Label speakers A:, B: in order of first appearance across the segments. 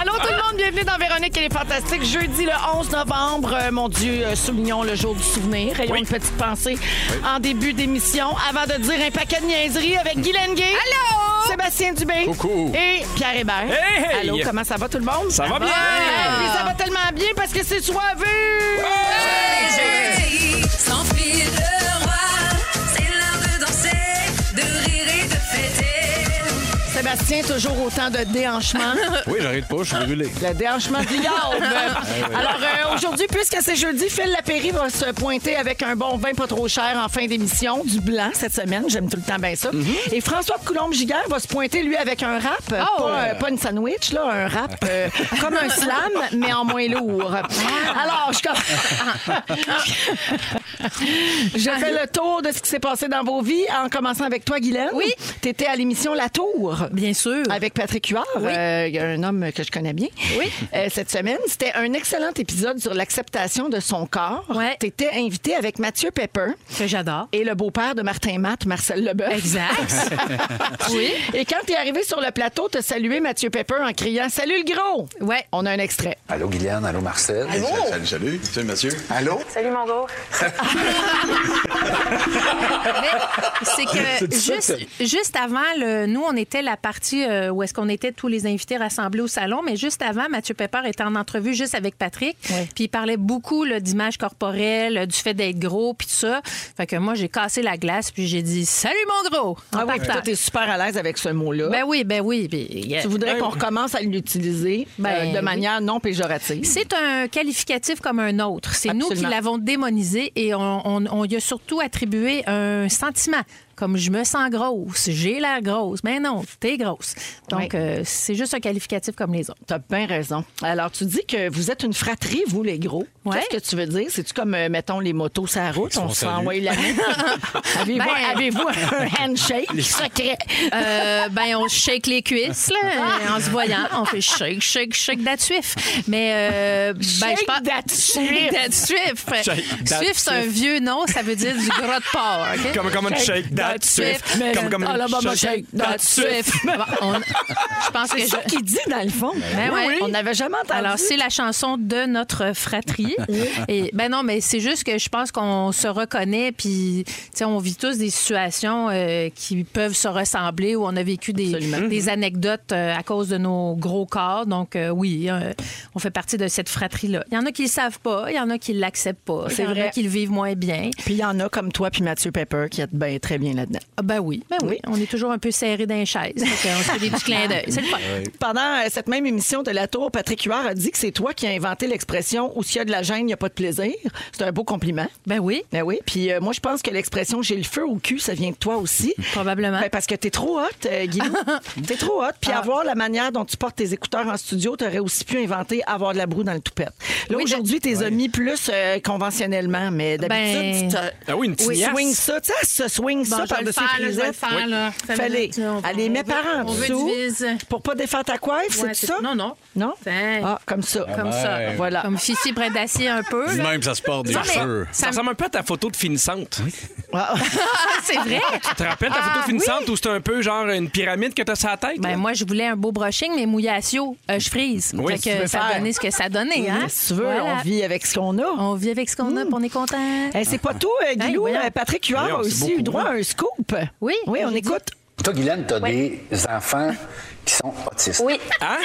A: Allô tout le monde, bienvenue dans Véronique et les Fantastiques. Jeudi le 11 novembre, euh, mon Dieu, euh, soulignons le jour du souvenir. Ayons une petite pensée en début d'émission avant de dire un paquet de niaiseries avec Guy Lenguet. Allô! Sébastien Dubé.
B: Coucou.
A: Et Pierre Hébert.
B: Hey, hey!
A: Allô, comment ça va tout le monde?
B: Ça va bien.
A: Ah, puis ça va tellement bien parce que c'est soivé!
C: Sans fil de roi, c'est l'heure de danser, de rire et de fêter.
A: Sébastien, toujours autant de déhanchement.
B: Oui, j'arrête pas, je suis brûlé.
A: Le déhanchement du yaourt. Alors euh, aujourd'hui, puisque c'est jeudi, Phil Lapéry va se pointer avec un bon vin pas trop cher en fin d'émission, du blanc cette semaine. J'aime tout le temps bien ça. Et François coulombe giguère va se pointer, lui, avec un rap. pas, euh, pas une sandwich, là, un rap euh, comme un slam, mais en moins lourd. Alors, je, com- je fais le tour de ce qui s'est passé dans vos vies en commençant avec toi, Guylaine. Oui. Tu étais à l'émission La Tour.
D: Bien sûr.
A: Avec Patrick Huard, euh, un homme que je connais bien.
D: Ah. Oui.
A: Euh, cette semaine, c'était un excellent épisode sur l'acceptation de son corps.
D: Ouais.
A: Tu étais invité avec Mathieu Pepper
D: Que j'adore.
A: et le beau-père de Martin Matt, Marcel Leboeuf.
D: Exact. oui.
A: Et quand tu es arrivé sur le plateau, tu as salué Mathieu Pepper en criant Salut le gros!
D: Ouais. Ah
A: On a un extrait.
E: Allô, Guylaine. Allô, Marcel.
B: Salut, salut. Salut, Mathieu.
E: Allô?
D: C'est que juste, juste avant, le, nous, on était la partie euh, où est-ce qu'on était tous les invités rassemblés au salon, mais juste avant, Mathieu Pepper était en entrevue juste avec Patrick, puis il parlait beaucoup là, d'image corporelle, euh, du fait d'être gros, puis tout ça. Fait que moi, j'ai cassé la glace, puis j'ai dit « Salut, mon gros! » en
A: Ah oui, puis
D: partant.
A: toi, t'es super à l'aise avec ce mot-là.
D: Ben oui, ben oui. puis, yeah.
A: tu voudrais qu'on recommence à l'utiliser euh,
D: Ben
A: de
D: oui.
A: manière non péjorative.
D: C'est un qualificatif comme un autre. C'est nous qui
A: Absolument.
D: l'avons démonisé et on, on- on y a surtout attribué un sentiment. Comme je me sens grosse, j'ai l'air grosse. Mais non, t'es grosse. Donc,
A: Oui.
D: euh, c'est juste un qualificatif comme les autres.
A: T'as bien raison. Alors, tu dis que vous êtes une fratrie, vous, les gros.
D: Ouais.
A: Qu'est-ce que tu veux dire? C'est-tu comme, euh, mettons, les motos sur la route,
B: se font
A: on se fait
B: saluer.
A: envoyer la main? avez-vous,
D: Ben-
A: avez-vous un handshake secret? Ah.
D: Euh, ben, on shake les cuisses, là, en se voyant. On fait shake, shake, shake that Swift. Mais, euh, ben, je
A: Shake
D: pense.
A: that
D: Shake that Swift.
B: Shake that
D: Swift, c'est un
B: Swift.
D: vieux nom, ça veut dire du gras de porc. OK?
B: Comme, comme une shake that Swift.
D: Mais-
B: Comme, comme
D: bah,
A: Alabama
B: une
A: shake that Swift.
D: Bon, on- Je pense que
A: C'est
D: je.
A: ça qu'il dit, dans le fond.
D: Ah, Ben ouais.
A: On n'avait jamais entendu.
D: Alors, c'est la chanson de notre fratrie. Et, ben non, mais c'est juste que je pense qu'on se reconnaît, puis, tu sais, on vit tous des situations euh, qui peuvent se ressembler, où on a vécu des,
A: Absolument.
D: des anecdotes euh, à cause de nos gros corps. Donc, euh, oui, euh, on fait partie de cette fratrie-là. Il y en a qui le savent pas, il y en a qui l'acceptent pas,
A: C'est
D: il y en a
A: vrai.
D: qui le vivent moins bien.
A: Puis il y en a comme toi puis Mathieu Pepper qui est ben, très bien là-dedans.
D: Ah, Ben oui, ben oui,
A: Oui.
D: on est toujours un peu serré d'un chaise. euh, On se fait des petits clins d'œil. C'est le fun.
A: Pendant euh, cette même émission de La Tour, Patrick Huard a dit que c'est toi qui as inventé l'expression « où s'il y a de la gêne, il n'y a pas de plaisir ». C'est un beau compliment.
D: Ben oui,
A: Ben oui, puis euh, moi je pense que l'expression j'ai le feu au cul, ça vient de toi aussi.
D: probablement. Ah.
A: Ben, parce que t'es trop hot, euh, Guilou. t'es trop hot. Puis avoir la manière dont tu portes tes écouteurs en studio, t'aurais aussi pu inventer avoir de la broue dans le toupette. Là,
D: Oui,
A: aujourd'hui, t'es amis plus euh, conventionnellement, mais d'habitude,
D: Ben-
A: tu te-
B: Ah oui, une petite niasse.
A: swing ça, tu sais, ça swing
D: Bon,
A: ça
D: je vais le
A: par-dessus
D: faire, là, je vais le
A: frisette.
D: faire, là. Ça veut
A: Fallait.
D: dire, tu sais, on-
A: Allez,
D: on
A: mets
D: veut-
A: par en
D: on veut
A: dessous.
D: du vise.
A: Pour pas défaire ta coiffe,
D: Ouais, c'est-
A: c'est ça?
D: non, non.
A: Non?
D: Ben.
A: Ah, comme ça.
D: Comme ça.
A: Voilà.
D: Comme Fifi brin d'acier un peu. là.
F: Même ça se porte des
D: Non, mais-
F: cheveux.
B: Ça ressemble un peu à ta photo de finissante.
A: Ah,
D: Ah, c'est vrai.
B: Tu te rappelles ta photo de finissante où c'était un peu genre une pyramide que t'as sur la tête?
D: Ben,
B: là?
D: moi, je voulais un beau brushing, mais mouillassio, euh, je frise.
B: Oui,
D: Fait
B: si tu
D: que
B: veux
D: ça
A: faire.
D: donnait ce que ça donnait. Hein?
A: si tu veux,
D: Voilà.
A: on vit avec ce qu'on a.
D: On vit avec ce qu'on a, puis on est content.
A: Eh, c'est pas tout, euh, Guilou.
D: voyons.
A: Euh, Patrick Huard a
B: Voyons, c'est
A: aussi
B: beaucoup,
A: eu droit à un scoop.
D: Oui,
A: Oui, on
D: j'ai dit.
A: écoute.
E: Toi, Guylaine, t'as des enfants qui sont autistes.
G: Oui.
B: Hein?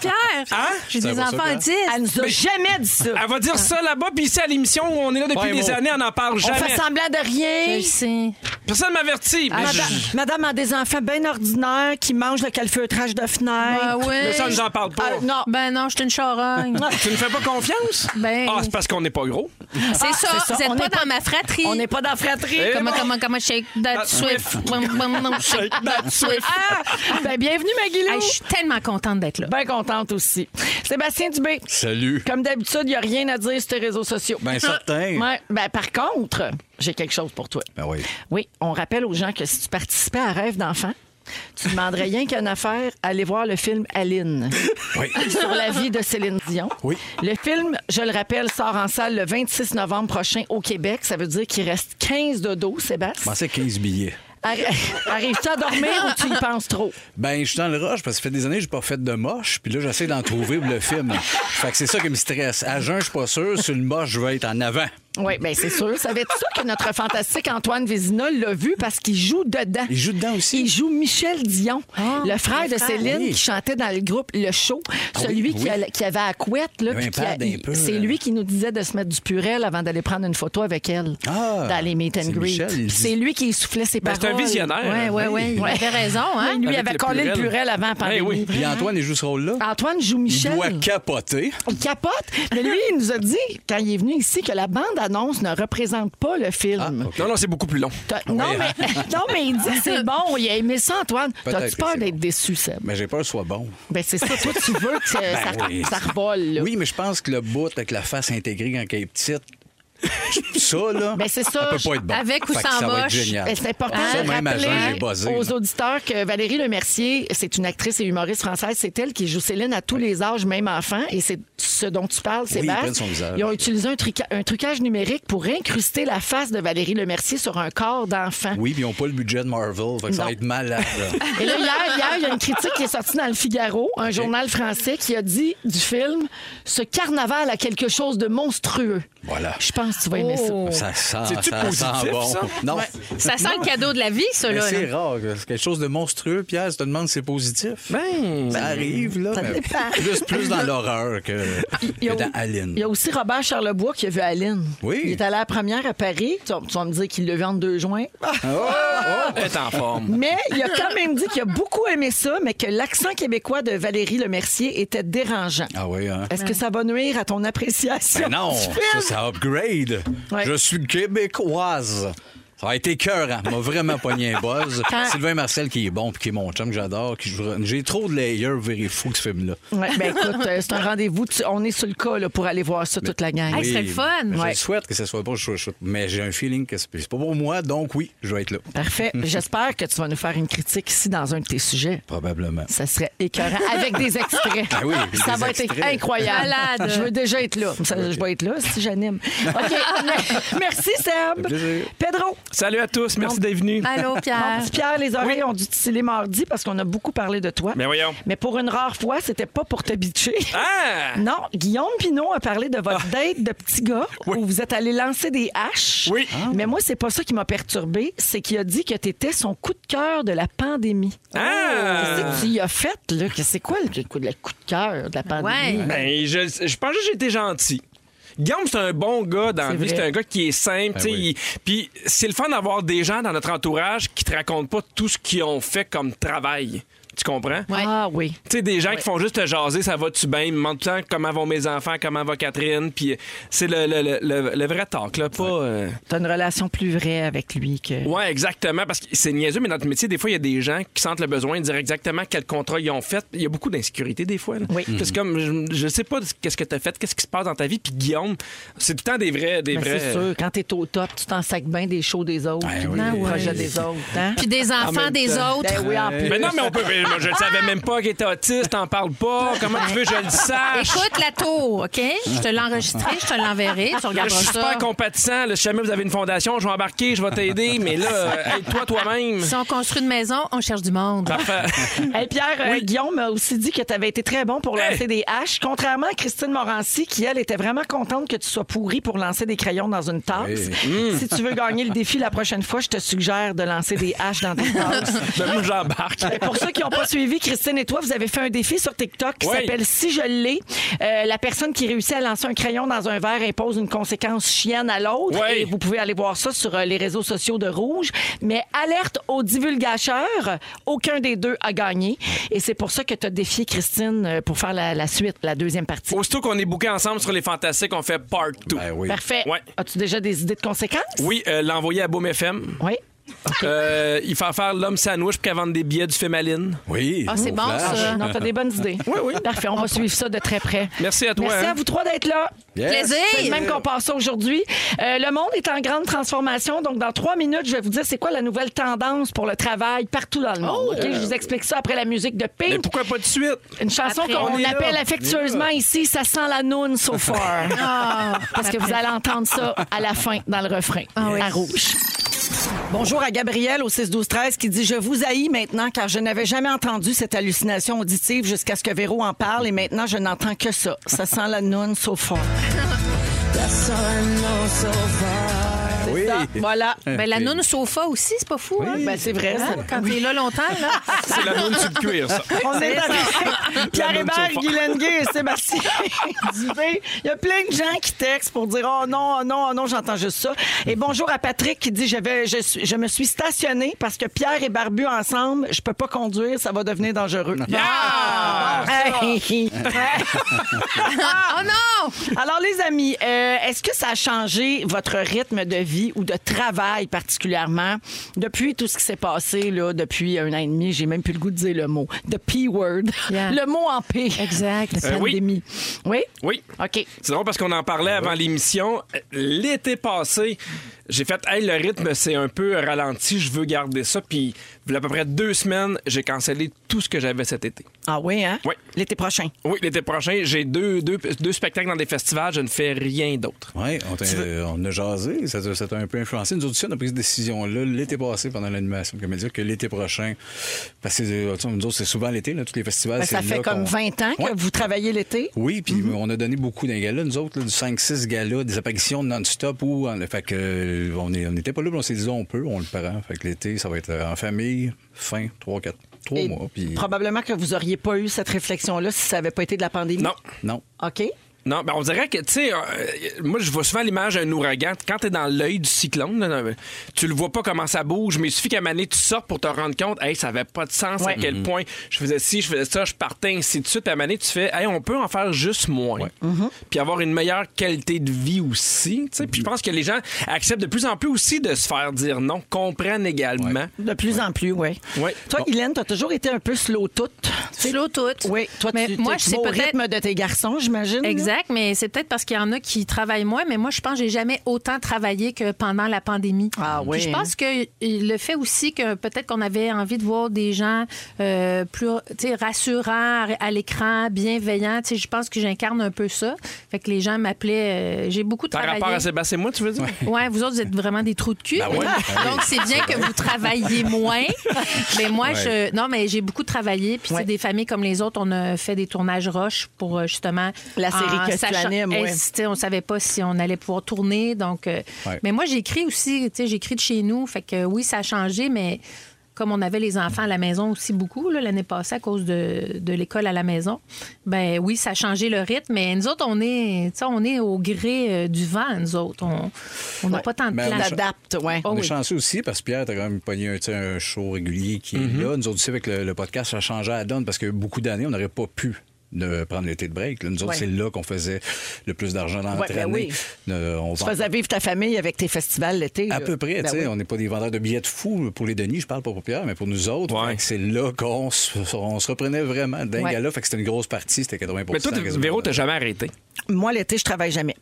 D: Pierre,
B: Hein?
D: j'ai
F: Ça
D: des
F: va, ça,
D: enfants
F: quoi?
D: autistes.
A: Elle nous a jamais dit ça.
B: Elle va dire ça là-bas, puis ici à l'émission, on est là depuis
F: Pas un
B: des
F: mot.
B: années, ah. on n'en parle
A: On
B: jamais.
A: fait semblant de
D: Je le
A: rien.
D: sais.
B: Personne ne m'avertit. mais
A: Madame,
B: je-
A: madame a des enfants bien ordinaires qui mangent le calfeutrage de fenêtre.
D: Ben oui.
B: Mais ça, on ne en parle pas.
A: Ah, non.
D: Ben non, je suis une charogne.
B: Ah, Tu ne fais pas confiance?
D: Ben-
B: Ah, c'est parce qu'on n'est pas gros.
D: C'est ça,
A: c'est ça.
D: vous n'êtes
A: On
D: pas,
A: est pas-
D: dans ma fratrie.
A: On n'est pas dans la fratrie.
B: Eh
D: Comment,
B: bon.
D: comment, comment, shake that
B: Ah,
D: swift.
B: Swift.
D: Bum, bum, bum.
B: Shake that Swift.
A: Ah! Ben, bienvenue, Maggie
D: Hey, je suis tellement contente d'être là.
A: Bien contente aussi. Sébastien Dubé.
F: Salut.
A: Comme d'habitude, il n'y a rien à dire sur tes réseaux sociaux.
F: Ben, certain.
A: Ouais. Ben, par contre, j'ai quelque chose pour toi.
F: Ben oui.
A: Oui, on rappelle aux gens que si tu participais à Rêve d'enfant, tu demanderais rien qu'une affaire, aller voir le film Aline
F: Oui.
A: sur la vie de Céline Dion.
F: Oui.
A: Le film, je le rappelle, sort en salle le 26 novembre prochain au Québec. Ça veut dire qu'il reste 15 de dos, Sébastien.
F: Pensais 15 billets.
A: Arri- Arrives-tu à dormir ou tu y penses trop?
F: Ben, je suis dans le rush parce que ça fait des années que je n'ai pas fait de moche, puis là, j'essaie d'en trouver pour le film. Fait que c'est ça qui me stresse. À jeun, je suis pas sûr. Sur le moche, je vais être en avant.
A: Oui, bien c'est sûr. Savais-tu ça que notre fantastique Antoine Vézina l'a vu parce qu'il joue dedans?
F: Il joue dedans aussi?
A: Il joue Michel Dion, Ah, le frère de
D: frère.
A: Céline
F: Oui. Ah
A: qui chantait dans le groupe Le Show, celui qui,
F: oui.
A: a- qui avait à couette. Là,
F: Il avait
A: puis
F: un
A: qui a-
F: pad un peu,
A: c'est
F: là.
A: lui qui nous disait de se mettre du purel avant d'aller prendre une photo avec elle
F: Ah,
A: dans les meet and
F: c'est
A: greet.
F: Michel, il
A: Puis
F: dit-
A: C'est lui qui soufflait ses
B: Ben,
A: paroles.
B: c'est un visionnaire.
D: Ouais, ouais, ouais. Il avait raison, hein?
A: Lui, il
B: Avec
A: avait
B: le
A: collé le
B: Purel.
A: purel avant la
B: Eh
A: pandémie.
B: oui.
F: Puis Antoine, il joue ce rôle-là.
A: Ben Antoine joue
F: Il
A: Ah, Michel.
F: doit capoter.
A: Il capote. Mais lui, il nous a dit, quand il est venu ici, que la bande-annonce ne représente pas le film.
B: Non, non, c'est beaucoup plus long.
A: T'as- Non,
F: Ah. Oui,
A: mais, non, mais il dit c'est bon, il a aimé ça, Antoine.
F: Peut-être
A: T'as-tu
F: que
A: peur
F: c'est
A: d'être
F: bon.
A: déçu, Seb?
F: Mais j'ai peur que ce soit bon.
A: Ben, c'est ça, toi, tu veux que ça, ça-
F: Ben oui.
A: ça revole. là.
F: Oui, mais je pense que le bout avec la face intégrée quand elle est petite, ça, là,
A: Ben, c'est ça,
F: peut
A: je-
F: pas être bon.
D: avec ou
F: Fait que
D: sans
F: ça va être
D: moche.
F: génial.
A: Ben, C'est important
F: Ça,
A: de
F: même à jeun,
A: rappeler
F: j'ai buzzé,
A: aux
F: là.
A: auditeurs que Valérie Lemercier, c'est une actrice et humoriste française. C'est elle qui joue Céline à tous les âges, même enfant. Et c'est ce dont tu parles,
F: ils
A: Sébastien.
F: prennent son visage.
A: Ils ont utilisé un, truca- un trucage numérique pour incruster la face de Valérie Lemercier sur un corps d'enfant.
F: Oui, puis ils n'ont pas le budget de Marvel. Fait que ça
A: Non.
F: va être malade. là.
A: Et là, hier, hier, il y a une critique qui est sortie dans le Figaro, un journal français, qui a dit du film Ce carnaval a quelque chose de monstrueux.
F: Voilà.
A: Je pense que tu vas aimer
D: Oh.
F: Ça sent,
B: C'est-tu
F: ça sent
B: positif,
F: bon.
B: ça?
F: Non.
A: Ben,
D: Ça sent le cadeau de la vie, ça,
F: Mais
D: là.
F: Ben, c'est rare, là. c'est quelque chose de monstrueux. Pierre, je te demande si c'est positif. ça arrive, là. mais Plus, plus dans l'horreur que,
A: Il y, a,
F: que dans Aline.
A: il y a aussi Robert Charlebois qui a vu Aline.
F: Oui.
A: Il est allé à la première à Paris. Tu vas, tu vas me dire qu'il l'a vu en 2 juin.
B: Elle est en forme.
A: Mais il a quand même dit qu'il a beaucoup aimé ça, mais que l'accent québécois de Valérie Lemercier était dérangeant.
F: Ah oui, hein?
A: Est-ce que ça va nuire à ton appréciation?
F: Ben non,
A: du film?
F: ça, ça upgrade.
A: Ouais.
F: Je suis québécoise. Ça a été cœur, m'a vraiment pogné un buzz. Sylvain Marcel qui est bon, puis qui est mon chum que j'adore, qui joue- j'ai trop de layers very fous que ce film-là.
A: Ouais, ben écoute, euh, c'est un rendez-vous. Tu- On est sur le cas là, pour aller voir ça, toute la gang.
D: Hey, serait le fun.
F: mais
A: Ouais.
F: Je souhaite que ce soit pas chou- chou- mais j'ai un feeling que c'est c'est pas pour moi, donc oui, je vais être là.
A: Parfait. J'espère que tu vas nous faire une critique ici dans un de tes sujets.
F: Probablement.
A: Ça serait écœurant. Avec des extraits.
F: Ah oui, avec
A: ça
F: des
A: va
F: extraits.
A: être incroyable.
D: Malade.
A: Je veux déjà être là. Ça, Je vais être là si j'anime. OK. Merci, Seb.
F: plaisir.
A: Pedro,
B: Salut à tous. Merci d'être venus.
D: Allô,
A: mon
D: Pierre.
A: petit Pierre, les oreilles ont dû tisser les mardis parce qu'on a beaucoup parlé de toi.
B: Mais voyons.
A: Mais pour une rare fois, c'était pas pour te bitcher.
B: Ah!
A: Non, Guillaume Pinot a parlé de votre date de petit gars
B: Oui.
A: où vous êtes allé lancer des haches.
B: Oui.
A: Mais moi, c'est pas ça qui m'a perturbé, c'est qu'il a dit que t'étais son coup de cœur de la pandémie.
B: Ah!
A: Qu'est-ce que tu y as fait, là? Que C'est quoi le, coup- le coup de cœur de la pandémie?
D: Ouais.
B: Ben, je, je pense que j'ai été gentil. Guillaume, c'est un bon gars dans la
A: C'est
B: vie.
A: vrai.
B: C'est un gars qui est simple. tu sais,
F: oui.
B: il- Puis c'est le fun d'avoir des gens dans notre entourage qui te racontent pas tout ce qu'ils ont fait comme travail. Tu comprends?
D: Ouais.
A: Ah oui.
B: Tu sais, des gens qui font juste te jaser, ça va-tu bien? Ils me demandent tout le temps comment vont mes enfants, comment va Catherine. Puis c'est le, le, le- le- le vrai talk, là, pas. euh,
A: T'as une relation plus vraie avec lui que.
B: Ouais, exactement. Parce que c'est niaiseux, mais dans notre métier, des fois, il y a des gens qui sentent le besoin de dire exactement quel contrat ils ont fait. Il y a beaucoup d'insécurité, des fois. là.
A: Oui.
B: Parce que comme, je, je sais pas de- qu'est-ce que t'as fait, qu'est-ce qui se passe dans ta vie. Puis Guillaume, c'est tout le temps des vrais. Des
A: Ben,
B: vrais...
A: c'est sûr, quand t'es au top, tu t'en sacs bien des shows des autres,
F: Ouais,
A: puis
F: oui.
A: des
F: Ah ouais.
A: projets des autres. hein?
D: Puis des enfants des autres.
A: Ben oui, en plus.
B: Mais non, mais on peut. mais moi, je ne savais même pas qu'il était autiste, t'en parles pas. Comment tu veux que je le sache?
D: Euh, Écoute la tour, OK? Je te l'ai enregistré, je te l'enverrai, tu
B: Là, je
D: regarderas
B: suis
D: ça.
B: super compatissant. Là, si jamais vous avez une fondation, je vais embarquer, je vais t'aider. Mais là, aide-toi toi-même.
D: Si on construit une maison, on cherche du monde.
A: Hey, Pierre, euh, Guillaume m'a aussi dit que tu avais été très bon pour lancer
B: Hey!
A: des haches, contrairement à Christine Morancy, qui, elle, était vraiment contente que tu sois pourri pour lancer des crayons dans une tasse. Si tu veux gagner le défi la prochaine fois, je te suggère de lancer des haches dans tes tasses.
B: Ben, moi, j'embarque.
A: Et pour ceux qui n'ont pas suivi, Christine et toi, vous avez fait un défi sur TikTok qui
B: Oui.
A: s'appelle Si je l'ai. Euh, la personne qui réussit à lancer un crayon dans un verre impose une conséquence chienne à l'autre.
B: Oui.
A: Et vous pouvez aller voir ça sur euh, les réseaux sociaux de Rouge. Mais alerte aux divulgateurs, aucun des deux a gagné. Et c'est pour ça que tu as défié Christine euh, pour faire la, la suite, la deuxième partie.
B: Aussitôt qu'on est bouqués ensemble sur les fantastiques, on fait part 2.
F: Ben oui.
A: Parfait.
B: Ouais.
A: As-tu déjà des idées de conséquences?
B: Oui, euh, l'envoyer à Boom FM.
A: Oui.
B: Euh, il fait faire l'homme sandwich pour qu'elle vende des billets du Fémaline.
F: Oui.
D: Ah, c'est
F: au
D: bon,
F: flash.
D: ça.
A: Non, t'as des bonnes idées. Oui, oui. Parfait, on va suivre ça de très près.
B: Merci à toi,
A: Merci
B: hein.
A: à vous trois d'être là.
F: Yes.
A: C'est le même qu'on passe ça aujourd'hui. Euh, le monde est en grande transformation. Donc, dans trois minutes, je vais vous dire c'est quoi la nouvelle tendance pour le travail partout dans le monde. OK? Je vous explique ça après la musique de
B: Oh, Mais
A: Pink.
B: pourquoi pas de suite?
A: Une chanson
D: Après,
A: qu'on
B: on est là.
A: appelle
B: On est
A: affectueusement ici Ça sent la noune so far. Parce que vous allez entendre ça à la fin dans le refrain. À rouge. Ah Bonjour à Gabriel au 6-12-13 qui dit Je vous haïs maintenant car je n'avais jamais entendu cette hallucination auditive jusqu'à ce que Véro en parle et maintenant je n'entends que ça. Ça sent la noune so far.
F: Ben oui.
A: Ça, voilà.
D: Ben, la noune sofa aussi, c'est pas fou. hein?
A: Ben, c'est vrai, ça.
D: Hein, Quand t'es là longtemps, là.
B: C'est la noune sur le cuir, ça.
A: On est avec Pierre
B: La bonne
A: Hébert,
B: sofa.
A: Guy Lenguet et Sébastien Dubé. Il y a plein de gens qui textent pour dire Oh non, oh non, oh non, j'entends juste ça. Et bonjour à Patrick qui dit je, vais, je, suis- je me suis stationné parce que Pierre et Barbu ensemble, je peux pas conduire, ça va devenir dangereux.
B: Ah!
A: Hey.
D: oh non!
A: Alors, les amis, euh, est-ce que ça a changé votre rythme de vie ou de travail particulièrement depuis tout ce qui s'est passé là, depuis un an et demi? J'ai même plus le goût de dire le mot. The P-word.
D: Yeah.
A: Le mot en P.
D: Exact.
A: La
B: Euh, oui.
A: pandémie. Oui?
B: Oui.
A: OK.
B: C'est drôle parce qu'on en parlait avant l'émission. L'été passé, j'ai fait Hey, le rythme, c'est un peu ralenti, je veux garder ça. Puis, il y a à peu près deux semaines, j'ai cancellé tout ce que j'avais cet été.
A: Ah oui, hein?
B: Oui.
A: L'été prochain.
B: Oui, l'été prochain, j'ai deux, deux, deux spectacles dans des festivals, je ne fais rien d'autre.
F: Oui, on, t'a- euh, on a jasé, ça t'a ça t'a un peu influencé. Nous autres aussi, on a pris cette décision-là l'été passé pendant l'animation comédien que l'été prochain, parce que euh, tu sais, nous autres, c'est souvent l'été, là, tous les festivals.
A: Ben, ça
F: Euh, c'est
A: fait
F: là
A: comme
F: qu'on-
A: 20 ans que
F: Ouais.
A: vous Mhm. travaillez l'été.
F: Oui, puis on a donné beaucoup d'un gala. Nous autres, là, du 5-6 galas, des apparitions non-stop où on, fait que, euh, on est- on n'était pas là, mais on s'est dit on peut, on le prend. Fait que l'été, ça va être euh, en famille, fin, 3, 4, 3
A: Et
F: mois. Oh, Puis
A: Probablement que vous auriez pas eu cette réflexion-là si ça n'avait pas été de la pandémie.
B: Non.
F: non.
A: OK.
B: Non, ben on dirait que, tu sais, euh, moi, je vois souvent l'image d'un ouragan. Quand t'es dans l'œil du cyclone, là, euh, tu le vois pas comment ça bouge, mais il suffit qu'à maner, tu sors pour te rendre compte, hey, ça avait pas de sens à
A: Ouais.
B: quel point je faisais ci, je faisais ça, je partais, ainsi de suite. Puis à maner, tu fais, hey, on peut en faire juste moins. Puis avoir une meilleure qualité de vie aussi, tu sais. Puis je pense que les gens acceptent de plus en plus aussi de se faire dire non, comprennent également.
A: De plus en plus, oui.
B: Ouais.
A: Toi,
B: Bon.
A: Guylaine, tu as toujours été un peu slow toute.
D: Slow toute.
A: Oui, toi,
D: Mais
A: tu,
D: moi,
A: tu
D: je
A: vas
D: sais
A: au
D: peut-être-
A: rythme de tes garçons, j'imagine. là?
D: Exact, mais c'est peut-être parce qu'il y en a qui travaillent moins, mais moi, je pense que j'ai jamais autant travaillé que pendant la pandémie.
A: Ah oui,
D: Puis Je
A: hein?
D: pense que euh, le fait aussi que peut-être qu'on avait envie de voir des gens euh, plus tu sais, rassurants à l'écran, bienveillants, tu sais, je pense que j'incarne un peu ça. Fait que les gens m'appelaient, euh, j'ai beaucoup
B: Par
D: travaillé.
B: rapport à Sébastien et moi, tu veux dire?
D: Ouais, vous autres, vous êtes vraiment des trous de cul.
F: Ben ouais.
D: Donc, c'est bien que vous travailliez moins. Mais moi,
F: Ouais.
D: je. Non, mais j'ai beaucoup travaillé. Puis, tu sais,
A: Ouais.
D: des familles comme les autres, on a fait des tournages roches pour euh, justement.
A: La série
D: en
A: que tu
D: sachant-
A: animes, ouais.
D: Eh, tu sais, On savait pas si on allait pouvoir tourner. Donc, euh,
F: Ouais.
D: Mais moi, j'écris aussi. Tu sais, j'écris de chez nous. Fait que euh, oui, ça a changé, mais. Comme on avait les enfants à la maison aussi beaucoup là, l'année passée à cause de, de l'école à la maison, ben oui, ça a changé le rythme. Mais nous autres, on est, tu sais, on est au gré euh, du vent, nous autres. On on n'a pas tant de
F: Mais
D: place.
A: T'adaptes, Ah oui.
D: Oh
F: on est
D: oui.
F: chanceux aussi parce que Pierre, t'as quand même pogné un, tu sais, un show régulier qui est là. Nous autres aussi, avec le, le podcast, ça a changé à la donne parce que beaucoup d'années, on n'aurait pas pu ne prendre l'été de break. là. Nous autres,
A: Ouais.
F: c'est là qu'on faisait le plus d'argent dans
A: Ouais,
F: notre
A: ben
F: année.
A: oui.
F: Euh, on
A: Tu
F: vend-
A: faisais vivre ta famille avec tes festivals l'été.
F: À
A: là.
F: peu près,
A: Ben
F: tu sais,
A: oui.
F: on n'est pas des vendeurs de billets de fous pour les Denis, je parle pas pour Pierre, mais pour nous autres,
B: Ouais.
F: Fait que c'est là qu'on se, on se reprenait vraiment d'un
D: Ouais.
F: gala, fait que c'était une grosse partie, c'était 80
B: Mais toi, t'es-
F: quasiment.
B: Véro, t'as jamais arrêté.
A: Moi, l'été, je travaille jamais.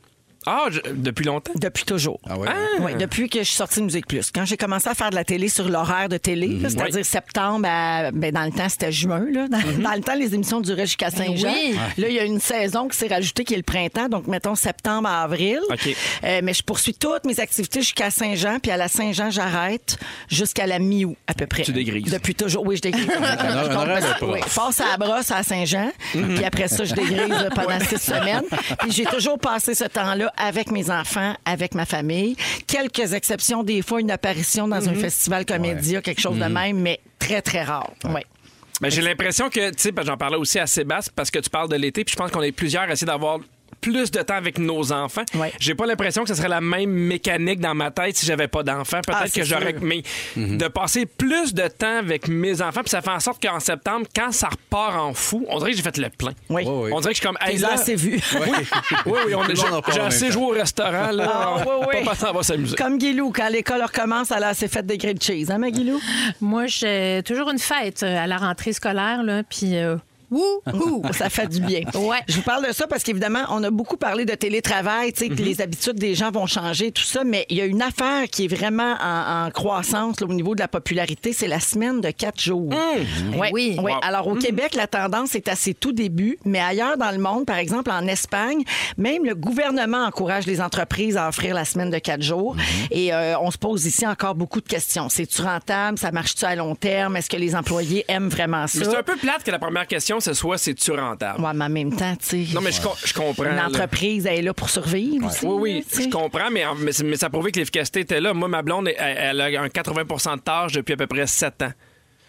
B: Ah, je- depuis longtemps?
A: Depuis toujours.
F: Ah ouais?
B: hein?
A: Oui, depuis que je suis sortie de Musique Plus. Quand j'ai commencé à faire de la télé sur l'horaire de télé,
B: Mhm.
A: là, c'est-à-dire
B: Oui.
A: septembre, à- ben, dans le temps, c'était juin. Là. Dans,
B: Mhm.
A: dans le temps, les émissions duraient jusqu'à Saint-Jean.
D: oui.
A: Là, il y a une saison qui s'est rajoutée qui est le printemps, donc mettons septembre à avril.
B: OK.
A: Euh, mais je poursuis toutes mes activités jusqu'à Saint-Jean, puis à la Saint-Jean, j'arrête jusqu'à la mi-août à peu près.
B: Tu dégrises.
A: Depuis toujours. Oui, je dégrise.
F: horaire-
A: Je
F: un horaire de
A: parce-
F: prof. Mhm.
A: oui, passe à la brosse à Saint-Jean, puis après ça, je dégrise là, pendant six semaines. Puis j'ai toujours passé ce temps-là avec mes enfants, avec ma famille. Quelques exceptions,
F: Mhm.
A: des fois une apparition dans un festival comédia, quelque chose de même, mais très, très rare. Ouais.
B: Mais j'ai l'impression que, tu sais, parce que j'en parlais aussi à Sébastien parce que tu parles de l'été, puis je pense qu'on est plusieurs à essayer d'avoir plus de temps avec nos enfants.
A: Ouais.
B: J'ai pas l'impression que ce serait la même mécanique dans ma tête si j'avais pas d'enfants. Peut-être
A: Ah, c'est
B: que j'aurais
A: sûr.
B: mais
F: Mhm.
B: de passer plus de temps avec mes enfants, puis ça fait en sorte qu'en septembre quand ça repart en fou, on dirait que j'ai fait le plein.
A: Oui.
F: Ouais, ouais.
B: On dirait que je suis comme
A: T'es
B: hey,
A: là,
B: là-
A: assez vu.
F: Ouais.
B: Oui, oui, on
F: Tout
B: est
F: le monde en parle
B: j'ai
F: en
B: assez
F: même
B: joué au restaurant là.
A: Ah, oui, oui.
B: Pas parce qu'on va s'amuser.
A: Comme Guilou, quand l'école recommence, elle a s'est faite des grilled cheese, hein, ma Guilou?
D: Moi, j'ai toujours une fête euh, à la rentrée scolaire, là, puis euh,
A: Ouh, ça fait du bien.
D: Ouais.
A: Je vous parle de ça parce qu'évidemment, on a beaucoup parlé de télétravail, tu sais,
B: Mm-hmm.
A: que les habitudes des gens vont changer, tout ça, mais il y a une affaire qui est vraiment en, en croissance là, au niveau de la popularité, c'est la semaine de quatre jours. Ouais,
D: Mm. Oui. Mm-hmm.
A: ouais.
B: Wow.
A: Alors au Québec, la tendance est à ses tout débuts, mais ailleurs dans le monde, par exemple en Espagne, même le gouvernement encourage les entreprises à offrir la semaine de quatre jours.
B: Mm-hmm.
A: Et euh, on se pose ici encore beaucoup de questions. C'est-tu rentable? Ça marche-tu à long terme? Est-ce que les employés aiment vraiment ça?
B: Mais c'est un peu plate que la première question ce soit c'est-tu rentable.
A: Ouais, mais en même temps, tu sais.
B: Non mais je, com- je comprends.
A: Une
B: là.
A: entreprise, elle est là pour survivre aussi,
B: Oui, oui,
A: là, tu sais.
B: je comprends, mais, en- mais, c'est- mais ça prouvait que l'efficacité était là. Moi, ma blonde, elle, elle a un 80 de tâche depuis à peu près 7 ans.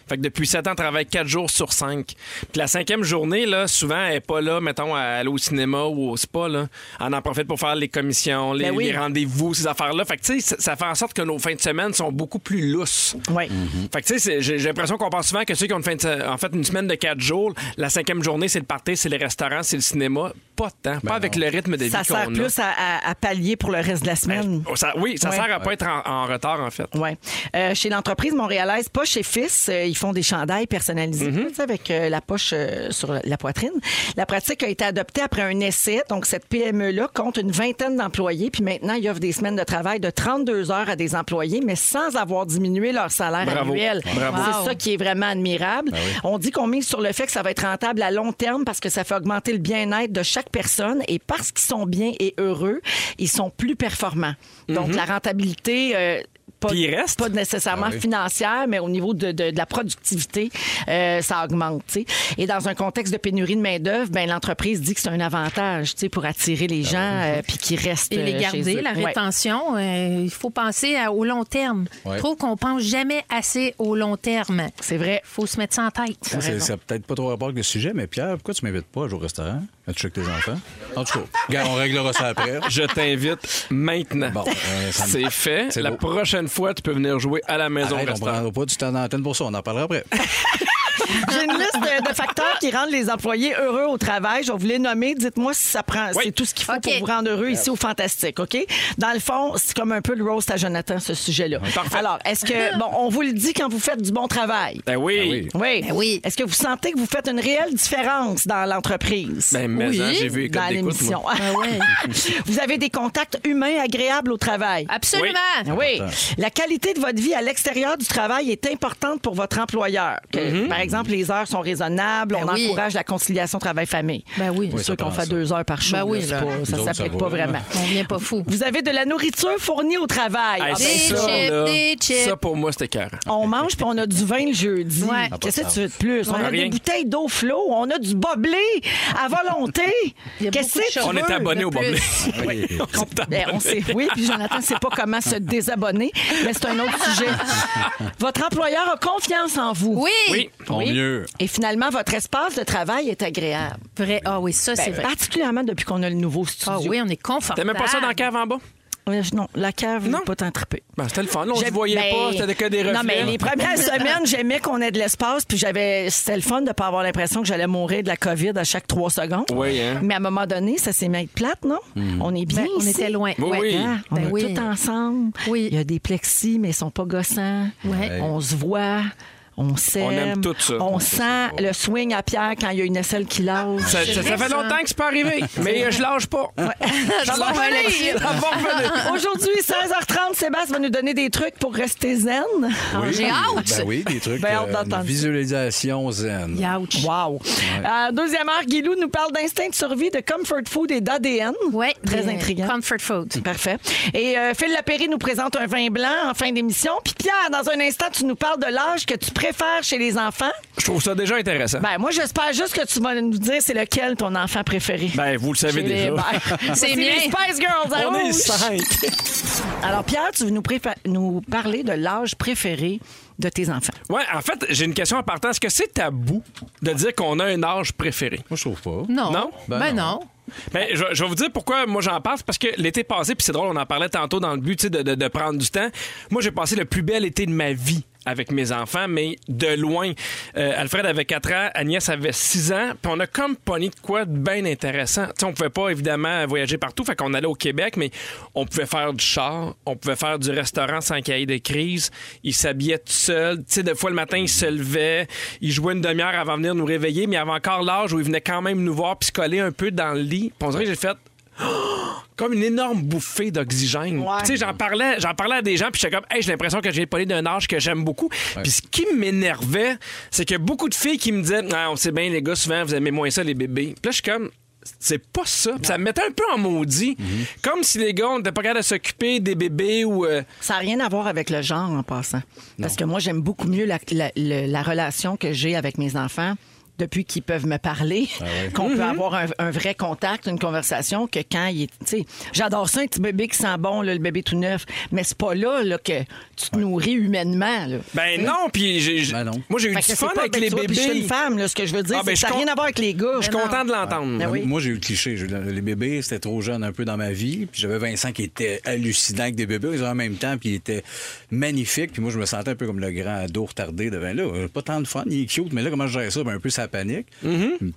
B: Fait que depuis 7 ans, elle travaille 4 jours sur 5. Puis la cinquième journée, là, souvent, elle n'est pas là, mettons, à aller au cinéma ou au spa. Là. Elle en profite pour faire les commissions, les,
A: Ben oui.
B: les rendez-vous, ces affaires-là. Fait que, tu sais, ça, ça fait en sorte que nos fins de semaine sont beaucoup plus lousses.
A: Ouais.
B: Fait que, tu sais, c'est- j'ai j'ai l'impression qu'on pense souvent que ceux qui ont une fin de se- en fait, une semaine de 4 jours, la cinquième journée, c'est le party, c'est les restaurants, c'est le cinéma. Pas de temps. pas avec le rythme de vie
A: Ben Ça
B: qu'on a.
A: sert plus à, à- à pallier pour le reste de la semaine.
B: Oh, ça- oui, ça
A: Ouais.
B: sert à pas être en, en retard, en fait.
A: Ouais. Euh, chez l'entreprise montréalaise Poche et Fils, euh, ils font des chandails personnalisés
B: Mm-hmm.
A: tu sais, avec euh, la poche euh, sur la poitrine. La pratique a été adoptée après un essai. Donc, cette PME-là compte une vingtaine d'employés. Puis maintenant, ils offrent des semaines de travail de 32 heures à des employés, mais sans avoir diminué leur salaire
B: Bravo.
A: annuel.
B: Bravo. Ben
A: C'est ça qui est vraiment admirable. On dit qu'on mise sur le fait que ça va être rentable à long terme parce que ça fait augmenter le bien-être de chaque personne et parce qu'ils sont bien et heureux, ils sont plus performants. Donc,
B: Mm-hmm.
A: la rentabilité... euh, pas,
B: Puis il reste.
A: pas nécessairement
F: Ah oui.
A: financière, mais au niveau de, de- de la productivité, euh, ça augmente. tu sais. Et dans un contexte de pénurie de main-d'œuvre, ben, l'entreprise dit que c'est un avantage tu sais, pour attirer
F: Ah
A: les gens euh, puis qu'ils restent.
D: et les
A: euh, chez
D: garder,
A: eux.
D: la
A: Ouais.
D: rétention, euh, il faut penser à- au long terme.
F: Ouais.
D: Je trouve qu'on pense jamais assez au long terme.
A: C'est vrai.
D: faut se mettre ça en tête.
F: Ça, c'est- Ça n'a peut-être pas trop rapport avec le sujet, mais Pierre, pourquoi tu m'invites pas à jouer au restaurant? À te checker tes enfants? En tout cas, regarde, on réglera ça après.
B: Je t'invite maintenant.
F: Bon, euh, ça me-
B: c'est fait.
F: c'est
B: La
F: beau.
B: prochaine fois, tu peux venir jouer à la maison
F: Arrête, on
B: restaurant.
F: prendra pas du temps d'antenne pour ça, on en parlera après.
A: Ah, J'ai une liste de, de facteurs qui rendent les employés heureux au travail. Je vais vous les nommer. Dites-moi si ça prend.
B: Oui.
A: C'est tout ce qu'il faut
D: OK.
A: pour vous rendre heureux ici au Fantastique, OK? Dans le fond, c'est comme un peu le roast à Jonathan, ce sujet-là.
B: Parfait.
A: Alors, est-ce que. Bon, on vous le dit quand vous faites du bon travail.
B: Ben oui. Ben,
F: oui.
A: Oui.
D: Ben oui.
A: Est-ce que vous sentez que vous faites une réelle différence dans l'entreprise?
B: mais
D: Oui. Ah
B: hein, j'ai vu les codes
A: dans
B: d'écoute,
A: l'émission.
B: moi.
D: ouais. Ah,
A: vous avez des contacts humains agréables au travail. Ah
D: Absolument.
A: Oui. La qualité de votre vie à l'extérieur du travail est importante pour votre employeur. Que,
B: Mm-hmm.
A: Par exemple, les heures sont raisonnables,
D: Ben
A: on
D: oui.
A: encourage la conciliation travail-famille.
D: Ben oui.
A: C'est
F: Oui,
A: sûr
F: ça prend
A: qu'on fait
F: ça.
A: deux heures par jour.
D: Ben oui,
A: là, c'est
D: là. Ben
A: pas- ça
F: Nous autres,
A: s'applique
F: ça
A: pas
F: va,
A: vraiment.
D: On vient pas fou.
A: Vous avez de la nourriture fournie au
B: Hey,
A: travail. Ah, ben
B: c'est
D: Des
B: ça,
D: chips,
B: là,
D: des chips.
B: ça, pour moi, c'était cœur.
A: on mange puis on a du vin le jeudi.
B: Ah,
D: Ouais.
A: Qu'est-ce que tu veux de plus? On a
B: Rien.
A: des bouteilles d'eau flot, on a du boblé à volonté.
D: Il y a
A: Qu'est-ce
D: beaucoup de
A: que tu
D: choses.
B: On est
A: veux?
B: abonné
D: le
B: au
D: plus.
B: Boblé.
F: Oui.
B: On est
A: Ben, on sait,
B: abonné.
A: oui, puis Jonathan ne sait pas comment se désabonner, mais c'est un autre sujet. Votre employeur a confiance en vous.
D: Oui.
B: Oui.
F: Tant mieux.
A: Et finalement, votre espace de travail est agréable. Ben,
D: Vrai. Ah oui, ça, c'est vrai.
A: Particulièrement depuis qu'on a le nouveau studio.
D: Ah oui, on est
B: Ben, T'aimais
D: confortable.
B: pas ça dans la cave en bas?
A: Euh, Non, la cave,
B: Non.
A: pas tant trippé.
B: Ben, c'était le fun. On
A: Je
B: se voyait pas. C'était que des reflets.
A: ben, Non, mais les premières semaines, j'aimais qu'on ait de l'espace, puis j'avais, c'était le fun de pas avoir l'impression que j'allais mourir de la COVID à chaque trois secondes.
B: Oui, hein.
A: Mais à un moment donné, ça s'est mis à être plate, non? On est bien
D: Ben, on
A: ici.
D: était loin.
B: Hmm. Oui,
D: Ouais.
B: oui.
A: Hein? On
D: Ben
A: est
D: oui.
A: tout ensemble.
D: Oui.
A: Il y a des plexis, mais ils sont pas gossants.
D: Ouais.
A: On se voit. On s'aime.
B: On aime tout ça.
A: On sent le swing à Pierre quand il y a une aisselle qui lâche.
B: Ça, ça- ça
D: vrai,
B: fait
D: ça.
B: longtemps que c'est pas arrivé, mais euh, je lâche pas.
A: Ça va revenir. Aujourd'hui, 16h30, Sébastien va nous donner des trucs pour rester zen.
F: Oui.
D: J'ai hâte.
F: Ben oui, des trucs.
A: Ben, hâte
F: euh, une
A: d'entendre.
F: visualisation zen.
D: Youch.
A: Wow. Euh, deuxième heure, Guilou nous parle d'instinct de survie, de comfort food et d'ADN.
D: Ouais,
A: Très
D: des-
A: intriguant.
D: Comfort food.
A: Parfait. Et euh, Phil Lapéry nous présente un vin blanc en fin d'émission. Puis Pierre, dans un instant, tu nous parles de l'âge que tu préfères chez les enfants?
B: Je trouve ça déjà intéressant.
A: Ben, moi, j'espère juste que tu vas nous dire c'est lequel ton enfant préféré.
B: Ben, vous le savez
A: Chez les- Oh,
B: déjà.
A: ben,
D: C'est
A: voici
D: mien.
A: les Spice Girls à
B: On est
A: rouge.
B: cinq.
A: Alors, Pierre, tu veux nous, prépa- nous parler de l'âge préféré de tes enfants.
B: Ouais, en fait, j'ai une question en partant. Est-ce que c'est tabou de dire qu'on a un âge préféré?
F: Moi, je trouve pas.
D: Non.
B: Non?
D: Ben, non.
B: Ben, je, je vais vous dire pourquoi moi j'en parle, c'est parce que l'été passé, puis c'est drôle, on en parlait tantôt dans le but tu sais, de, de- de prendre du temps. Moi, j'ai passé le plus bel été de ma vie avec mes enfants, mais de loin. Euh, Alfred avait 4 ans, Agnès avait 6 ans, puis on a comme pogné de quoi de bien intéressant. Tu sais, on pouvait pas, évidemment, voyager partout, fait qu'on allait au Québec, mais on pouvait faire du char, on pouvait faire du restaurant sans qu'il y ait de crise. Il s'habillait tout seul. Tu sais, des fois, le matin, il se levait, il jouait une demi-heure avant de venir nous réveiller, mais il avait encore l'âge où il venait quand même nous voir puis se coller un peu dans le lit. Puis on dirait que j'ai fait comme une énorme bouffée d'oxygène. Tu sais, j'en parlais, j'en parlais à des gens, puis j'étais comme, hey, j'ai l'impression que j'ai parlé d'un âge que j'aime beaucoup. Puis ce qui m'énervait, c'est que beaucoup de filles qui me disaient, ah, on sait bien, les gars, souvent, vous aimez moins ça, les bébés. Puis là, je suis comme, c'est pas ça. Puis ça me mettait un peu en maudit.
F: Mm-hmm.
B: Comme si les gars, on n'était pas capable de s'occuper des bébés ou. euh,
A: Ça n'a rien à voir avec le genre en passant. Parce que moi, j'aime beaucoup mieux la, la- le- la relation que j'ai avec mes enfants depuis qu'ils peuvent me parler, qu'on
B: Mm-hmm.
A: peut avoir un, un vrai contact, une conversation, que quand il est... tu sais, J'adore ça, un petit bébé qui sent bon, là, le bébé tout neuf, mais c'est pas là, là, que tu te nourris humainement. là.
B: Ben non, puis j'ai. j'ai-
F: Ben non.
B: Moi, j'ai eu du
A: Fait que c'est
B: fun
A: pas-
B: avec
A: ben,
B: les
A: tu vois, puis Je suis
B: bébés.
A: une femme, là, ce que je veux dire,
B: Ah,
A: c'est
B: ben,
A: que
B: je
A: ça n'a
B: con-
A: rien à voir avec les gars.
B: Je suis content de l'entendre.
A: Ben oui.
F: Moi, j'ai eu le cliché. J'ai eu le- Les bébés, c'était trop jeune un peu dans ma vie. Puis j'avais Vincent qui était hallucinant avec des bébés. Ils ont en même temps, puis il était magnifique. Puis moi, je me sentais un peu comme le grand ado retardé devant là. euh, Pas tant de fun, il est cute, mais là, comment je gère ça? Ben, un peu, ça panique.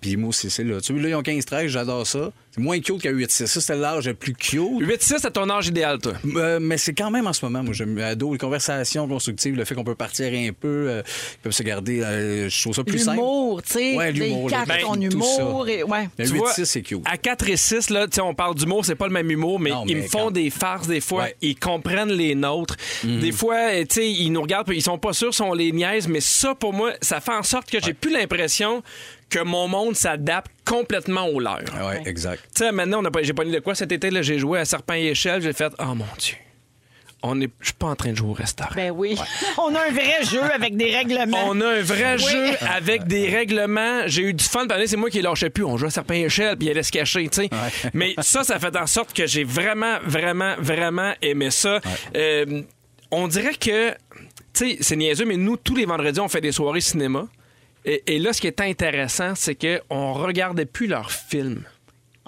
F: Puis moi, c'est c'est là. Tu vois, là, ils ont 15-13, j'adore ça. C'est moins cute qu'à 8-6. Ça, c'était l'âge le plus cute.
B: 8-6, c'est ton âge idéal, toi.
F: Euh, mais c'est quand même en ce moment, moi, j'aime ado, les conversations constructives, le fait qu'on peut partir un peu, euh, ils peuvent se garder, euh, je trouve ça plus simple.
A: L'humour, tu sais,
F: Ouais, l'humour.
A: il
F: là,
B: ben,
A: capte
F: tout
A: ton
F: ça.
A: humour et- ouais.
F: Le
B: Tu vois,
F: 8-6, c'est cute.
B: À 4 et 6, là, tu sais, on parle d'humour, c'est pas le même humour, mais,
F: Non,
B: ils
F: mais
B: me font
F: quand-
B: des farces des fois.
F: Ouais. Mhm.
B: Ils comprennent les nôtres. Des fois, euh, tu sais, ils nous regardent, puis ils sont pas sûrs si on les niaise, mais ça, pour moi, ça fait en sorte que j'ai plus l'impression que mon monde s'adapte complètement au leur.
F: Ah Ouais, exact.
B: Tu sais, maintenant, on a pas- j'ai pas ni de quoi. Cet été, là, j'ai joué à Serpent et Échelle, j'ai fait, oh mon Dieu, on est, je suis pas en train de jouer au restaurant.
A: Ben oui. On a un vrai jeu avec des règlements.
B: On a un vrai jeu avec des règlements. J'ai eu du fun. Puis, C'est moi qui lâchais plus. On jouait à certains échelles, puis il allait se cacher, tu sais. Mais ça, ça fait en sorte que j'ai vraiment, vraiment, vraiment aimé ça. Euh, on dirait que, tu sais, c'est niaiseux, mais nous, tous les vendredis, on fait des soirées cinéma. Et, et là, ce qui est intéressant, c'est qu'on regardait plus leurs films.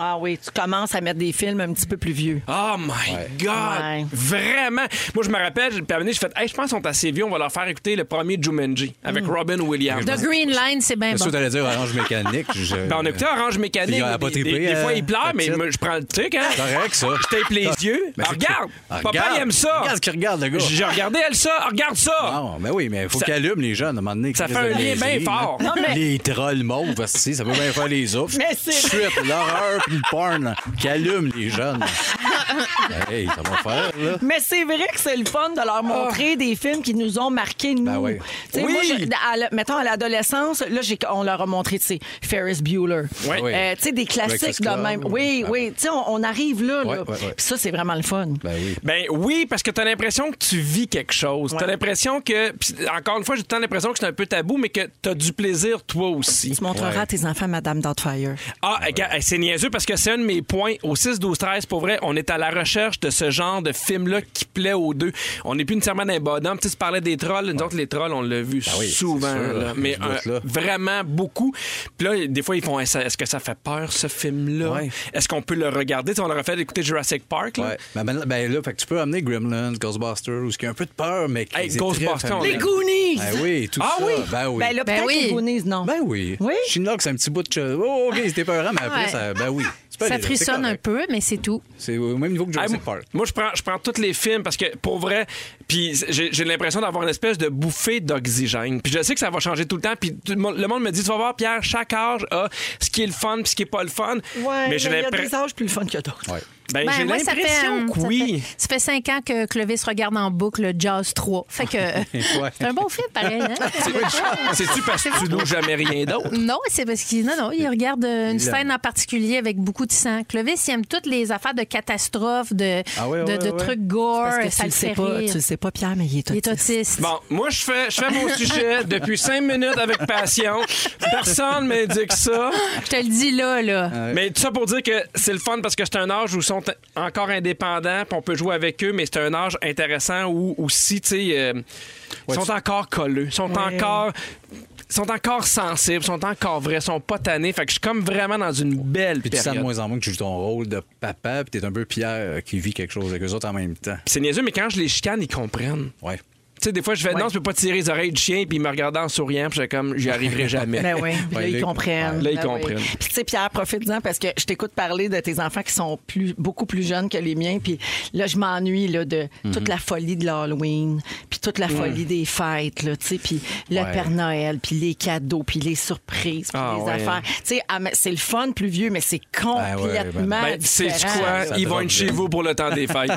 A: Ah oui, tu commences à mettre des films un petit peu plus vieux.
B: Oh my God!
A: Ouais.
B: Vraiment! Moi, je me rappelle, puis à un moment donné, j'ai fait, hey, je pense qu'on sont assez vieux, on va leur faire écouter le premier Jumanji avec Robin Williams.
D: The Green Line, c'est bien
F: C'est
D: bon.
F: sûr, t'allais dire orange mécanique. je-
B: Ben, on écoutait Orange Mécanique.
F: Il a pas
B: des,
F: trippé,
B: des- des fois,
F: euh,
B: il pleure, mais
F: that's it.
B: moi, je prends le truc. Hein.
F: Correct, ça.
B: Je tape les yeux.
F: Ben,
B: Ah,
F: c'est
B: regarde,
F: que- Ah,
B: papa,
F: regarde.
B: il aime ça.
F: Regarde ce qu'il regarde, le gars.
B: J'ai regardé elle ça. Regarde ça.
F: Non, ben oui, mais il faut
B: Ça-
F: qu'il allume les jeunes à un moment donné.
B: Ça
F: qu'ils
B: fait
F: restent
B: un lien bien
F: niaisés, là.
B: fort. Non,
A: mais-
F: hein. Les trolls mauves, aussi, ça peut bien faire les oufs.
A: Mais c'est-
F: Chut, l'horreur puis le porn là, qui allume les jeunes. hey, ça va faire, là.
A: Mais c'est vrai que c'est le fun de leur montrer des films qui nous ont marqués, nous.
F: Ben oui.
A: Tu sais,
B: Oui.
A: moi, je- à la- mettons, à l'adolescence, là, j'ai- on leur a montré, tu sais, Ferris Bueller.
B: Ouais.
F: Oui.
A: Euh, tu sais, des classiques
F: Breakfast
A: de
F: Club.
A: même. Oui,
F: Ouais.
A: oui. Tu sais, on, on arrive là.
F: Ouais,
A: là.
F: ouais, ouais.
A: Puis ça, c'est vraiment le fun.
F: Ben oui.
B: Ben oui, parce que t'as l'impression que tu vis quelque chose. T'as l'impression que. pis encore une fois, j'ai tout le temps l'impression que c'est un peu tabou, mais que t'as du plaisir toi aussi.
A: Tu montreras à tes enfants Madame Doubtfire.
B: Ah, regarde, hey, c'est niaiseux parce que c'est un de mes points. Au 6-12-13, pour vrai, on est à la recherche de ce genre de film-là qui plaît aux deux. On n'est plus nécessairement dans les bonhommes. Tu sais, tu parlais des trolls. Nous autres, les trolls, on l'a vu
F: Ben oui,
B: souvent,
F: c'est sûr,
B: là.
F: là.
B: mais
F: Je doute,
B: euh,
F: là.
B: vraiment beaucoup. Puis là, des fois, ils font est-ce est-ce que ça fait peur, ce film-là?
F: Ouais.
B: Est-ce qu'on peut le regarder? Tu sais, on leur a fait écouter Jurassic Park. Là.
F: Ouais. Ben, ben, ben là, fait que tu peux amener Gremlins, Ghostbusters, ou ce qui a un peu de peur, mais qui
B: Hey,
F: est très
B: Ghostbusters, on
F: familier.
B: Les
A: Goonies!
F: Ben oui, tout
B: Ah
F: ça.
B: oui?
F: Ben oui.
A: Ben là, peut-être
D: Ben oui.
A: les Goonies, non.
F: Ben oui.
A: Oui?
F: Chinook, c'est un petit bout de. che- Oh, OK, c'était peurant, mais après,
D: Ouais.
F: ça. Ben oui. Tu peux
D: Ça
F: aller là, c'est
D: frissonne un
F: correct.
D: peu, mais c'est tout.
F: C'est au même niveau que
B: Ah,
F: Jurassic
B: moi-
F: Park.
B: Moi, je prends, je prends tous les films parce que, pour vrai, puis j'ai j'ai l'impression d'avoir une espèce de bouffée d'oxygène. Puis je sais que ça va changer tout le temps. Puis tout le monde le monde me dit, tu vas voir, Pierre, chaque âge a ce qui est le fun puis ce qui est pas le fun.
A: Ouais, mais
B: j'ai
A: il y a
B: l'impre-
A: des âges plus le fun que d'autres.
F: Ouais.
B: Ben,
D: Ben,
B: j'ai
D: moi, ça fait,
B: l'impression
D: euh,
B: que
D: ça
B: oui.
D: fait- Ça fait cinq ans que Clovis regarde en boucle Jazz 3. Fait que euh, c'est un bon film, pareil. hein?
B: C'est-tu parce que tu loues jamais rien d'autre?
D: Non, c'est parce qu'il non, non, il regarde euh, une scène en particulier avec beaucoup de sang. Clovis, il aime toutes les affaires de catastrophes, de,
F: Ah ouais,
D: de,
F: ouais,
D: de
F: ouais.
D: trucs gore,
A: Parce que tu
D: ça
A: le
D: le
A: sais
D: fait
A: pas,
D: rire.
A: tu le sais pas, Pierre, mais il est
D: Il est
A: autiste.
D: autiste.
B: Bon, moi, je fais, je fais mon sujet depuis cinq minutes avec passion. Personne m'indique ça.
D: Je te le dis là, là.
B: Mais tout ça pour dire que c'est le fun parce que c'est un âge où ils sont encore indépendants, puis on peut jouer avec eux, mais c'est un âge intéressant où aussi, tu sais, euh, ils sont encore colleux, ils sont encore ils sont encore sensibles, ils sont encore vrais, ils sont pas tannés. Fait que je suis comme vraiment dans une belle
F: Puis tu sens de
B: période.
F: moins en moins que tu joues ton rôle de papa, puis t'es un peu Pierre euh, qui vit quelque chose avec eux autres en même temps.
B: Puis C'est niaiseux, mais quand je les chicane, ils comprennent.
F: Ouais.
B: Tu sais, des fois, je vais, non, je peux pas tirer les oreilles du chien, puis ils me regardent en souriant, puis je suis comme, j'y arriverai jamais.
A: Ben oui, puis là,
F: Ouais,
A: ils
F: là,
A: comprennent.
B: ouais. Là, ils
A: Ben oui.
B: comprennent.
A: Puis tu sais, Pierre, profite-en parce que je t'écoute parler de tes enfants qui sont plus, beaucoup plus jeunes que les miens. Puis là, je m'ennuie là, de toute
B: Mhm.
A: la folie de l'Halloween, puis toute la folie des fêtes, là, tu sais, puis le
F: Ouais.
A: Père Noël, puis les cadeaux, puis les surprises, puis
B: Ah,
A: les
B: ouais. Ah
A: affaires. Tu sais, ah, mais c'est le fun plus vieux, mais c'est complètement
B: Ben, c'est
A: différent.
B: quoi?
F: Ça
B: Ils vont
F: drop
B: être chez
F: bien.
B: vous pour le temps des fêtes.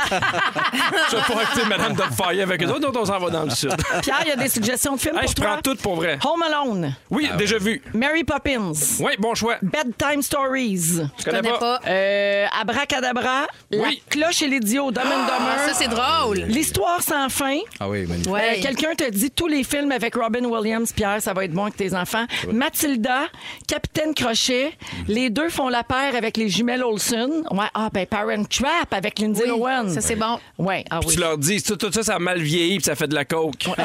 B: je vais pas acter Madame Dubfire avec eux autres, donc on s'en va dans le sud.
A: Pierre, il y a des suggestions de films
B: Hey,
A: pour
B: je prends
A: toi?
B: toutes pour vrai.
A: Home Alone,
B: Oui, déjà vu.
A: Mary Poppins,
B: Oui, Ah bon choix.
A: Bedtime Stories.
B: Je connais,
D: Connais pas.
A: Euh, Abracadabra, La
B: Oui.
A: cloche et l'idiot, Dumb and Dumber,
D: Ah, Ça, c'est drôle.
A: L'histoire sans fin.
F: Ah oui, magnifique.
D: Ouais.
A: Euh, Quelqu'un te dit tous les films avec Robin Williams, Pierre, ça va être bon avec tes enfants. Mathilda, Capitaine Crochet,
F: Mhm.
A: les deux font la paire avec les jumelles Olsen. Ouais, ah ben Parent Trap avec Lindsay
D: Oui,
A: Lohan.
D: ça, c'est bon.
A: Ouais, ah oui.
B: Tu leur dis, tout, tout ça, ça a mal vieilli puis ça fait de la coke.
A: Un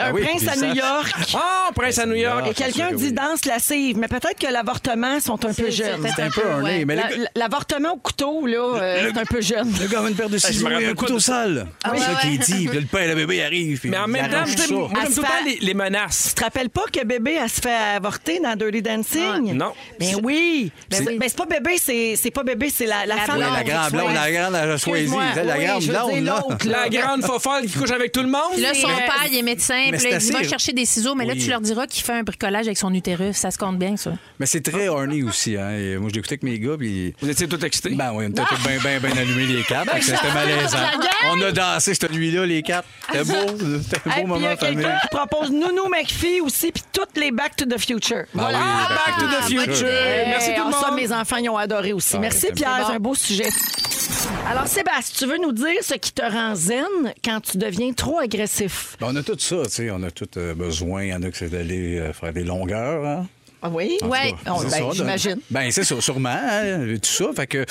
F: ah oui,
A: prince à
F: puis ça-
A: New York.
B: Oh, Prince à New
A: Et
B: York.
F: Ah, c'est
A: quelqu'un
F: sûr que
A: dit
F: oui.
A: danse lascive, mais peut-être que l'avortement sont un peu jeunes.
F: C'est un peu un
D: Ouais.
F: nez, mais
A: La-
F: le,
A: la- L'avortement au couteau, là, euh, c'est un peu jeune.
F: le gars a une paire de ciseaux
B: Ah, rappelle
F: et un
B: quoi
F: couteau
B: de-
F: sale. c'est ça qu'il dit. Puis là, le père et le bébé arrivent. puis
B: Mais en
F: ils
B: même temps,
F: arrangent
B: tu sais,
F: ça.
B: moi, j'aime tout le temps les, les menaces.
A: Tu te rappelles pas que bébé, elle se fait avorter dans Dirty Dancing?
B: Ah, non.
A: Mais
B: C'est-
A: oui. Mais
D: C'est-
A: c'est mais c'est pas bébé, c'est c'est pas bébé, c'est la, la,
D: La
A: femme.
F: Ouais,
D: blonde.
F: la grande blonde, la grande à la Swayze.
A: Excuse-moi.
F: La
A: Oui,
F: grande
A: je veux dire
F: blonde, là.
A: l'autre,
B: La grande fofolle qui couche avec tout le monde.
D: Puis là, son
A: Mais-
D: père, il est médecin.
F: Mais
D: Puis
F: c'est
D: là, il
F: assez-
D: va chercher des ciseaux. Mais là,
F: Oui.
D: tu leur diras qu'il fait un bricolage avec son utérus. Ça se compte bien, ça.
F: Mais c'est très horny aussi. Hein. Et moi, je l'écoutais avec mes gars. Puis...
B: Vous étiez tout excité.
F: Ben oui, on était tous bien, bien, bien allumés les
A: Ben,
F: quatre. fait que C'était malaisant. On a dansé, cette nuit-là, les quatre. C'était beau. C'était un beau
A: Hey, puis il y
F: moment
A: a
F: de famille.
A: quelqu'un qui propose Nounou McPhee aussi, puis toutes les Back to the Future.
F: Ben oui,
B: Back to the Future. Merci
A: Hey,
B: tout le
A: en somme,
B: monde.
A: mes enfants, ils ont adoré aussi.
F: Ah,
A: Merci,
F: c'est
A: Pierre. C'est un beau sujet. Alors, Sébastien, tu veux nous dire ce qui te rend zen quand tu deviens trop agressif?
F: Ben, on a tout ça, tu sais, on a tout euh, besoin. Il y en a qui c'est d'aller euh, faire des longueurs. Hein.
A: Ah oui?
F: En
D: Ouais.
F: tout cas,
A: Oh,
F: c'est
A: ben,
F: ça, là.
A: j'imagine.
F: Ben, c'est sûr, sûrement, hein, tout ça. Fait que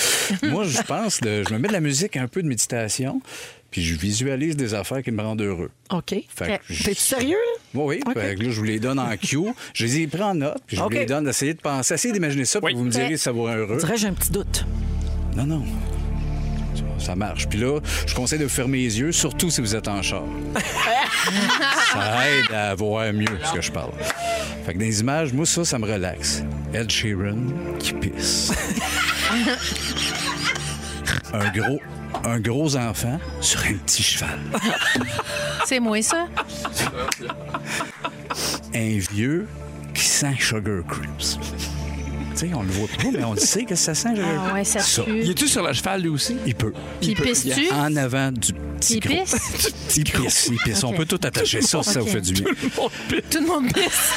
F: moi, je pense, de- je me mets de la musique, un peu de méditation, puis je visualise des affaires qui me rendent heureux.
A: OK.
F: Fait que je-
A: T'es-tu sérieux, là?
F: Oui, oui.
A: OK.
F: Fait que là, je vous les donne en cue. Je les ai pris en note, puis je
A: OK.
F: vous les donne d'essayer de penser. Essayez d'imaginer ça, puis
B: Oui.
F: vous me direz
D: Ouais.
F: si ça vous rend heureux.
A: On dirait que j'ai un petit doute.
F: Non, non. Ça marche. Puis là, je conseille de vous fermer les yeux, surtout si vous êtes en char. ça aide à voir mieux ce que je parle. Fait que dans les images, moi, ça, ça me relaxe. Ed Sheeran qui pisse. un gros... Un gros enfant sur un petit cheval.
D: C'est moi, ça.
F: Un vieux qui sent Sugar Crisps. Tu sais, on le voit pas, mais on le sait que ça sent Sugar
D: Ah ouais, ça
F: Ça.
B: Il
D: pue.
B: est-tu sur le cheval, lui aussi?
F: Il peut.
D: Puis
B: peut-
D: pisses-tu?
F: En avant du petit
D: Il
F: gros.
D: pisse?
F: Il pisse, il pisse. On
D: Ok.
F: peut tout attacher ça, ça vous fait du bien.
D: Tout le monde pisse.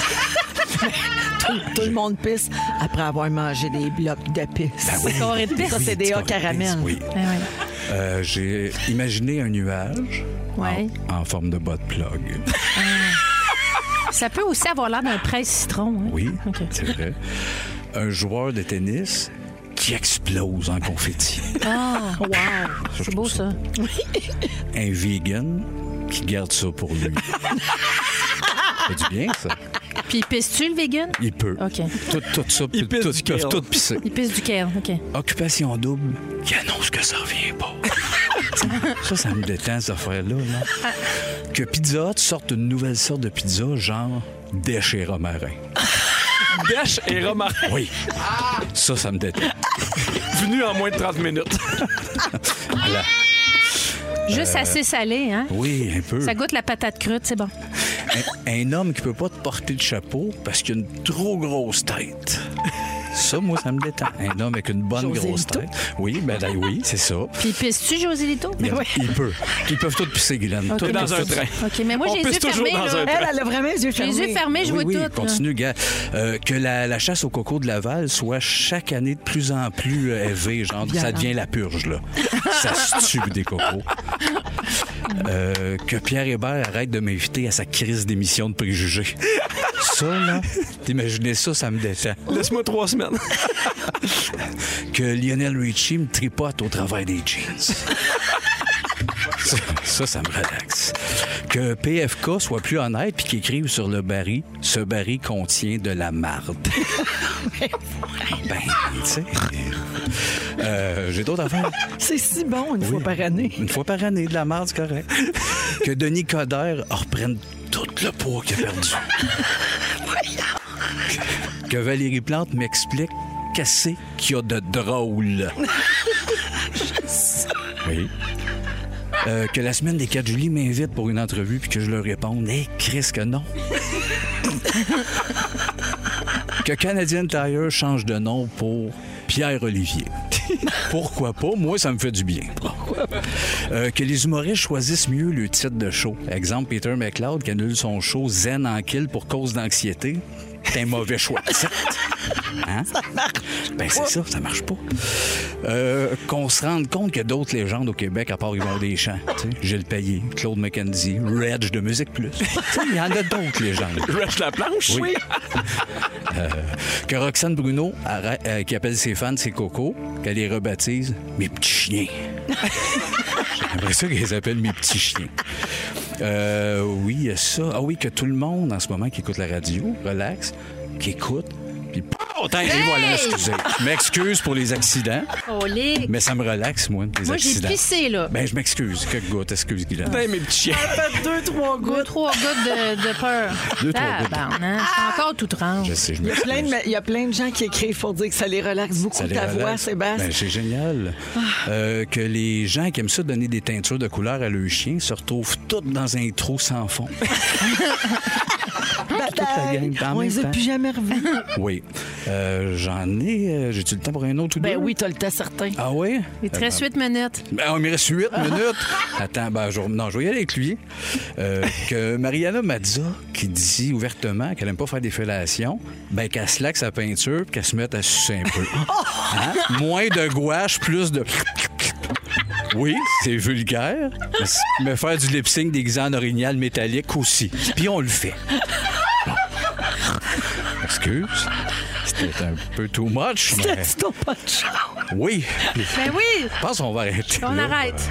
A: Tout le monde pisse après avoir mangé des blocs de pisse.
F: Ah oui.
D: Corps et de pisse.
A: Ça, c'est
F: Oui,
A: des
F: petit
A: hauts
F: corps et de
A: caramel.
F: pisse, Oui.
D: Ah ouais.
F: Euh, J'ai imaginé un nuage en-
D: Ouais.
F: en, forme de bas de plug.
D: Ça peut aussi avoir l'air d'un presse citron. hein.
F: Oui,
D: OK.
F: c'est vrai. Un joueur de tennis qui explose en confetti.
D: Ah, wow. C'est beau, ça.
F: un vegan qui garde ça pour lui. Ça fait du bien, ça.
D: Puis pisses-tu, le vegan?
F: Il peut.
D: OK.
F: Tout, tout ça,
B: Il
F: tout,
B: pisse
F: tout-
B: du
F: ils peuvent
B: kale.
F: tout pisser.
D: Il pisse duquel? OK.
F: Occupation double qui annonce que ça revient pas. ça, ça me détend, cette affaire-là. là. Que Pizza Hut sorte une nouvelle sorte de pizza, genre déchet romarin.
B: Dèche et Romarin
F: Oui. Ça, ça me détend.
B: venu en moins de 30 minutes.
F: Voilà.
D: Juste assez salé, hein?
F: Oui, un Euh, peu.
D: Ça goûte la patate crue, c'est bon.
F: Un, un homme qui peut pas te porter de chapeau parce qu'il a une trop grosse tête. Ça, moi, ça me détend. Un homme avec une bonne
A: José
F: grosse
A: Lito.
F: tête. Oui, ben ben, oui, c'est ça.
D: Puis pisses-tu, José Lito?
F: Il, il peut. Ils peuvent tous pisser, Guylaine. Tous
B: Dans un
F: pisser.
B: train.
D: OK, mais moi,
B: On
D: j'ai les
B: pisse
D: yeux
B: toujours
D: fermés.
B: dans
D: là.
B: un
A: Elle, elle a vraiment les yeux fermés.
D: Les yeux fermés, je vois
F: oui, oui,
D: tout. là.
F: continue, gars. Euh, que la, la chasse au coco de Laval soit chaque année de plus en plus euh, élevée, genre ça devient la purge, là. ça se tue des cocos. Euh, que Pierre Hébert arrête de m'inviter à sa crise d'émission de préjugés. Ça, là, t'imaginais ça, ça me détend.
B: Laisse-moi trois semaines.
F: Que Lionel Richie me tripote au travers des jeans. Ça, ça, ça me relaxe. Que PFK soit plus honnête puis qu'il écrive sur le baril Ce baril contient de la marde. ben, tu sais. Euh, J'ai d'autres affaires.
A: C'est si bon une fois par année.
F: Une fois par année, de la marde, c'est correct. que Denis Coderre reprenne tout le poids qu'il a perdu. que Valérie Plante m'explique qu'est-ce qu'il y a de drôle. oui. Euh, que la semaine des 4 juillet m'invite pour une entrevue puis que je leur réponde Hé, Chris, que non. que Canadian Tire change de nom pour Pierre-Olivier. Pourquoi pas? Moi, ça me fait du bien. Euh, que les humoristes choisissent mieux le titre de show. Exemple, Peter McLeod qui annule son show Zen en kill pour cause d'anxiété. C'est un mauvais choix. de titre. Hein? Ben, c'est ça, ça marche pas. Euh, qu'on se rende compte qu'il y a d'autres légendes au Québec à part Yvon Deschamps. tu sais. Gilles Payet, Claude McKenzie, Reg de Musique Plus. Tu sais, Il y en a d'autres légendes.
B: Rush la planche.
F: Oui. Que Roxane Bruno, arrête- euh, qui appelle ses fans ses cocos, qu'elle les rebaptise mes petits chiens. J'aimerais ça qu'elle les appelle mes petits chiens. Euh, oui, il y a ça. Ah oui, que tout le monde en ce moment qui écoute la radio, relax, qui écoute, puis oh, t'as et voilà, excusez. Je m'excuse pour les accidents,
D: Oh, les-
F: mais ça me relaxe, moi, les
D: Moi, j'ai
F: accidents.
D: pissé, là.
F: Ben, je m'excuse. Quelques gouttes, excuse, Guylaine.
A: Ben,
B: Putain, mes petits chiens.
A: Fait deux, trois
D: Deux,
A: gouttes.
D: trois gouttes de, de peur.
F: Deux, trois gouttes. Ah!
D: Tabarnak, c'est encore tout range.
F: Je sais, je
A: Il y, a plein
F: m'excuse.
A: de, il y a plein de gens qui écrivent pour dire que ça les relaxe beaucoup,
F: Ça les
A: ta voix,
F: relaxe.
A: Sébastien. Ah.
F: Ben, c'est génial. Euh, que les gens qui aiment ça donner des teintures de couleur à leurs chiens se retrouvent tous dans un trou sans fond. Ben, toute la gang en
A: On
F: même
A: les a
F: temps. Ben
A: plus jamais revus.
F: oui. Euh, J'en ai. euh, J'ai-tu le temps pour un autre ou
A: ben
F: deux?
A: oui, t'as le temps certain.
F: Ah oui?
D: Il te reste huit minutes.
F: Ben, il me reste huit minutes. Attends, ben, je, non, je vais y aller avec lui. Euh, que Mariana Mazza, qui dit ouvertement qu'elle aime pas faire des fellations, ben, qu'elle slack sa peinture puis qu'elle se mette à sucer un peu. Hein? Moins de gouache, plus de. Oui, c'est vulgaire, mais s- mais faire du lip sync déguisé en orignal métallique aussi. Puis on le fait. Bon. Excuse. C'était un peu too much, mais
A: C'est ton pas de chance.
F: oui.
D: Ben oui!
F: Je pense qu'on va arrêter.
D: On
F: là. euh,
D: arrête.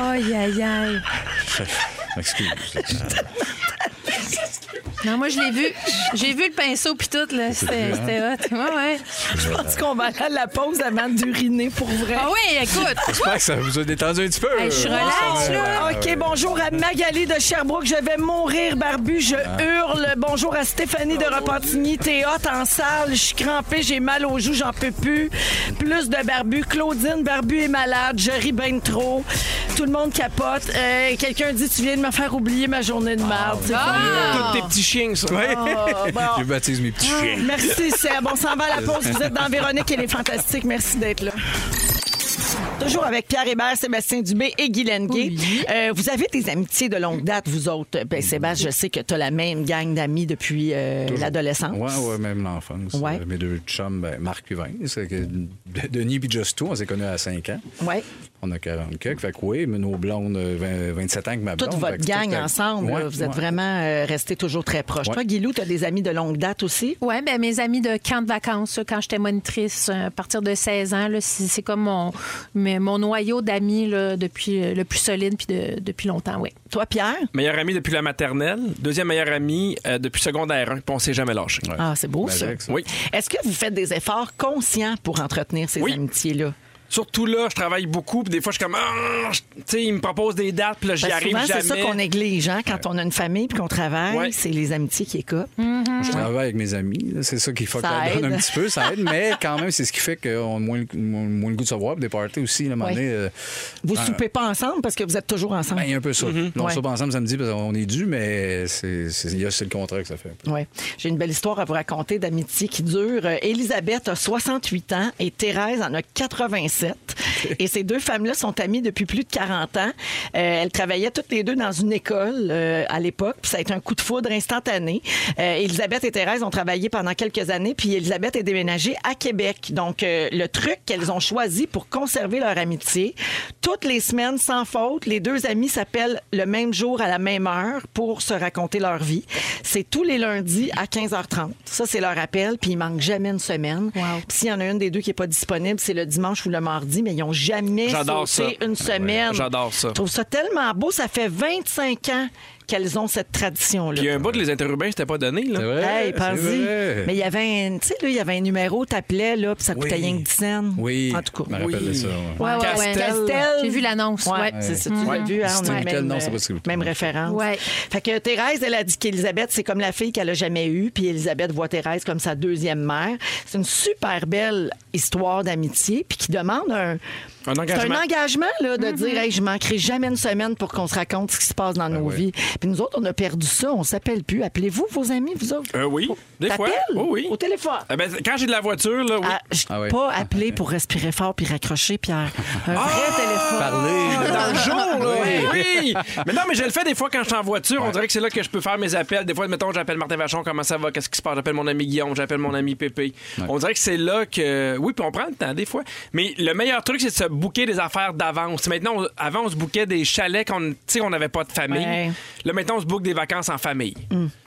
D: Aïe, aïe, aïe.
F: Excuse.
D: Non, moi, je l'ai vu. J'ai vu le pinceau puis tout, là. C'était c'était hot. Ouais, ouais.
A: Je pense qu'on va aller à la pause avant d'uriner pour vrai.
D: Ah oui, écoute.
F: J'espère que ça vous a détendu un petit peu.
D: Hey, je suis relaxe, là.
A: OK, bonjour à Magali de Sherbrooke. Je vais mourir, barbu. Je hurle. Bonjour à Stéphanie de Repentigny. T'es hot en salle. Je suis crampée. J'ai mal aux joues. J'en peux plus. Plus de barbu. Claudine, barbu est malade. Je ris ben trop. Tout le monde capote. Euh, Quelqu'un dit Tu viens de me faire oublier ma journée de marde. C'est
D: Ah.
B: Tous tes petits chiens, ça.
A: pas- bon.
F: Je baptise mes petits chiens.
A: Merci, Seb. On s'en va à la pause. Vous êtes dans Véronique et les Fantastiques. Merci d'être là. Toujours avec Pierre Hébert, Sébastien Dubé et Guy Lenguet. Euh, vous avez des amitiés de longue date, vous autres. Ben, Sébastien, je sais que tu as la même gang d'amis depuis euh, l'adolescence.
F: Ouais, ouais, même l'enfance.
A: Ouais.
F: Euh, Mes deux chums, ben, Marc et Vince, euh, que- De- Denis et Justo, on s'est connus à 5 ans.
A: Ouais.
F: On a 40 quelques. Fait que oui, mais nos blondes, euh, 20 27 ans que ma blonde.
A: Toute
F: fait
A: votre
F: que
A: gang
F: toute la-
A: ensemble,
F: ben, Ouais,
A: là, vous êtes
F: ouais.
A: vraiment euh, restés toujours très proches.
F: Ouais.
A: Toi, Guilou, tu as des amis de longue date aussi?
D: Oui, ben mes amis de camp de vacances, quand j'étais monitrice, euh, à partir de 16 ans, là, c'est c'est comme mon, mais mon noyau d'amis là, depuis euh, le plus solide puis de- depuis longtemps, oui.
A: Toi, Pierre?
B: Meilleur ami depuis la maternelle. Deuxième meilleur ami euh, depuis secondaire 1. Puis on s'est jamais lâché.
A: Ah, c'est beau, ça.
F: Magique, ça.
B: Oui.
A: Est-ce que vous faites des efforts conscients pour entretenir ces
B: Oui.
A: amitiés-là?
B: Surtout là, je travaille beaucoup, puis des fois, je suis comme, Ah, je- tu sais, ils me proposent des dates, puis là, j'y
A: Parce
B: arrive
A: Ben, souvent,
B: jamais.
A: c'est ça qu'on néglige hein, quand on a une famille puis qu'on travaille.
B: Ouais. Hmm.
A: C'est les amitiés qui écopent.
F: Je travaille avec mes amis. là, C'est ça qui fuck
A: Ça
F: la donne
A: aide.
F: un petit peu. Ça aide, mais quand même, c'est ce qui fait qu'on a moins, le- moins- moins le goût de se voir. puis Des parties aussi, là, à un moment
A: Ouais.
F: donné, euh,
A: Vous
F: ben,
A: soupez pas ensemble parce que vous êtes toujours
F: ben,
A: ensemble.
F: il y a un peu ça. Là, on
A: Ouais.
F: soupe ensemble samedi parce qu'on est dû, mais c'est c'est- il y a- c'est le contraire que ça fait. un peu.
A: Ouais. J'ai une belle histoire à vous raconter d'amitié qui dure. Euh, Élisabeth a 68 ans et Thérèse en a 87. Et ces deux femmes-là sont amies depuis plus de 40 ans. Euh, elles travaillaient toutes les deux dans une école euh, à l'époque. Puis ça a été un coup de foudre instantané. Euh, Élisabeth et Thérèse ont travaillé pendant quelques années. Puis Élisabeth est déménagée à Québec. Donc, euh, le truc qu'elles ont choisi pour conserver leur amitié, toutes les semaines, sans faute, les deux amies s'appellent le même jour à la même heure pour se raconter leur vie. C'est tous les lundis à 15h30. Ça, c'est leur appel, puis il manque jamais une semaine. Puis s'il y en a une des deux qui n'est pas disponible, c'est le dimanche ou le mardi, mais ils n'ont jamais
B: J'adore
A: sauté
B: ça.
A: une semaine.
B: J'adore ça.
A: Je trouve ça tellement beau. Ça fait 25 ans qu'elles ont cette tradition-là.
B: Puis il y a un bout de les interurbains, c'était pas donné, là.
F: C'est vrai.
A: Hey,
F: c'est
A: pense-y.
F: vrai.
A: Mais il y avait un, tu sais, là, il y avait un numéro, t'appelais, là, puis ça coûtait rien que 10 cents.
F: Oui.
A: En tout
F: Je me
A: cas.
F: rappelle de ça. ouais.
D: Ouais, ouais, ouais.
B: Castel.
D: J'ai vu l'annonce,
A: Ouais,
D: ouais.
A: c'est ça. Tu
D: Ouais.
A: l'as vu, hein, on a
F: Steve,
A: même,
F: quel nom, c'est pas
A: euh,
F: Steve.
A: même référence.
D: Ouais.
A: Fait que Thérèse, elle a dit qu'Elisabeth, c'est comme la fille qu'elle a jamais eue, puis Elisabeth voit Thérèse comme sa deuxième mère. C'est une super belle histoire d'amitié, puis qui demande un.
B: Un
A: c'est
B: engagement.
A: un engagement là,
D: Mm-hmm.
A: de dire hey, je manquerai jamais une semaine pour qu'on se raconte ce qui se passe
B: Ben
A: dans nos
F: ouais.
A: vies. Puis nous autres, on a perdu ça, on s'appelle plus. Appelez-vous vos amis, vous autres?
B: Euh, oui. Des fois.
A: T'appelles?
B: Oh, oui.
A: Au téléphone.
B: Ah, ben, quand j'ai de la voiture, là, oui.
A: Ah, je-
F: Ah oui.
A: Pas appeler pour respirer fort puis raccrocher, Pierre. Un vrai téléphone.
F: Parler.
B: Ah! dans le jour, là.
F: Oui.
B: Ah. Oui. Mais non, mais je le fais des fois quand je suis en voiture. On dirait que c'est là que je peux faire mes appels. Des fois, mettons, j'appelle Martin Vachon, comment ça va, qu'est-ce qui se passe, j'appelle mon ami Guillaume, j'appelle mon ami Pépé. On dirait que c'est là que. Oui, puis on prend le temps, des fois. Mais le meilleur truc, c'est de se bouquer des affaires d'avance. Maintenant, on- avant, on se bouquait des chalets qu'on tu sais, on n'avait pas de famille.
A: Ouais.
B: Là, maintenant, on se bouque des vacances en famille.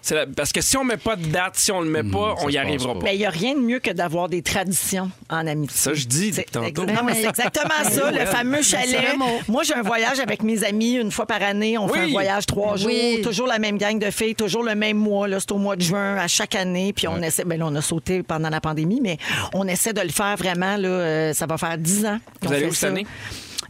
B: C'est la- Parce que si on met pas de date, si on le met pas,
F: ça
B: on y
F: se passe
B: arrivera
F: pas.
B: pas.
A: Mais il n'y a rien de mieux que d'avoir des traditions en amitié.
B: Ça, je dis depuis
A: C'est
B: tantôt.
A: exa- non, mais c'est exactement ça, le fameux chalet. Moi, j'ai un voyage avec mes amis une fois par année. On fait
B: Oui.
A: un voyage trois jours.
D: Oui.
A: Toujours la même gang de filles, toujours le même mois. là. C'est au mois de juin à chaque année. Puis on essaie. Ben là, on a sauté pendant la pandémie, mais on essaie de le faire vraiment. Là, euh, ça va faire dix ans. qu'on
B: Vous allez
A: fait
B: où cette
A: ça.
B: année?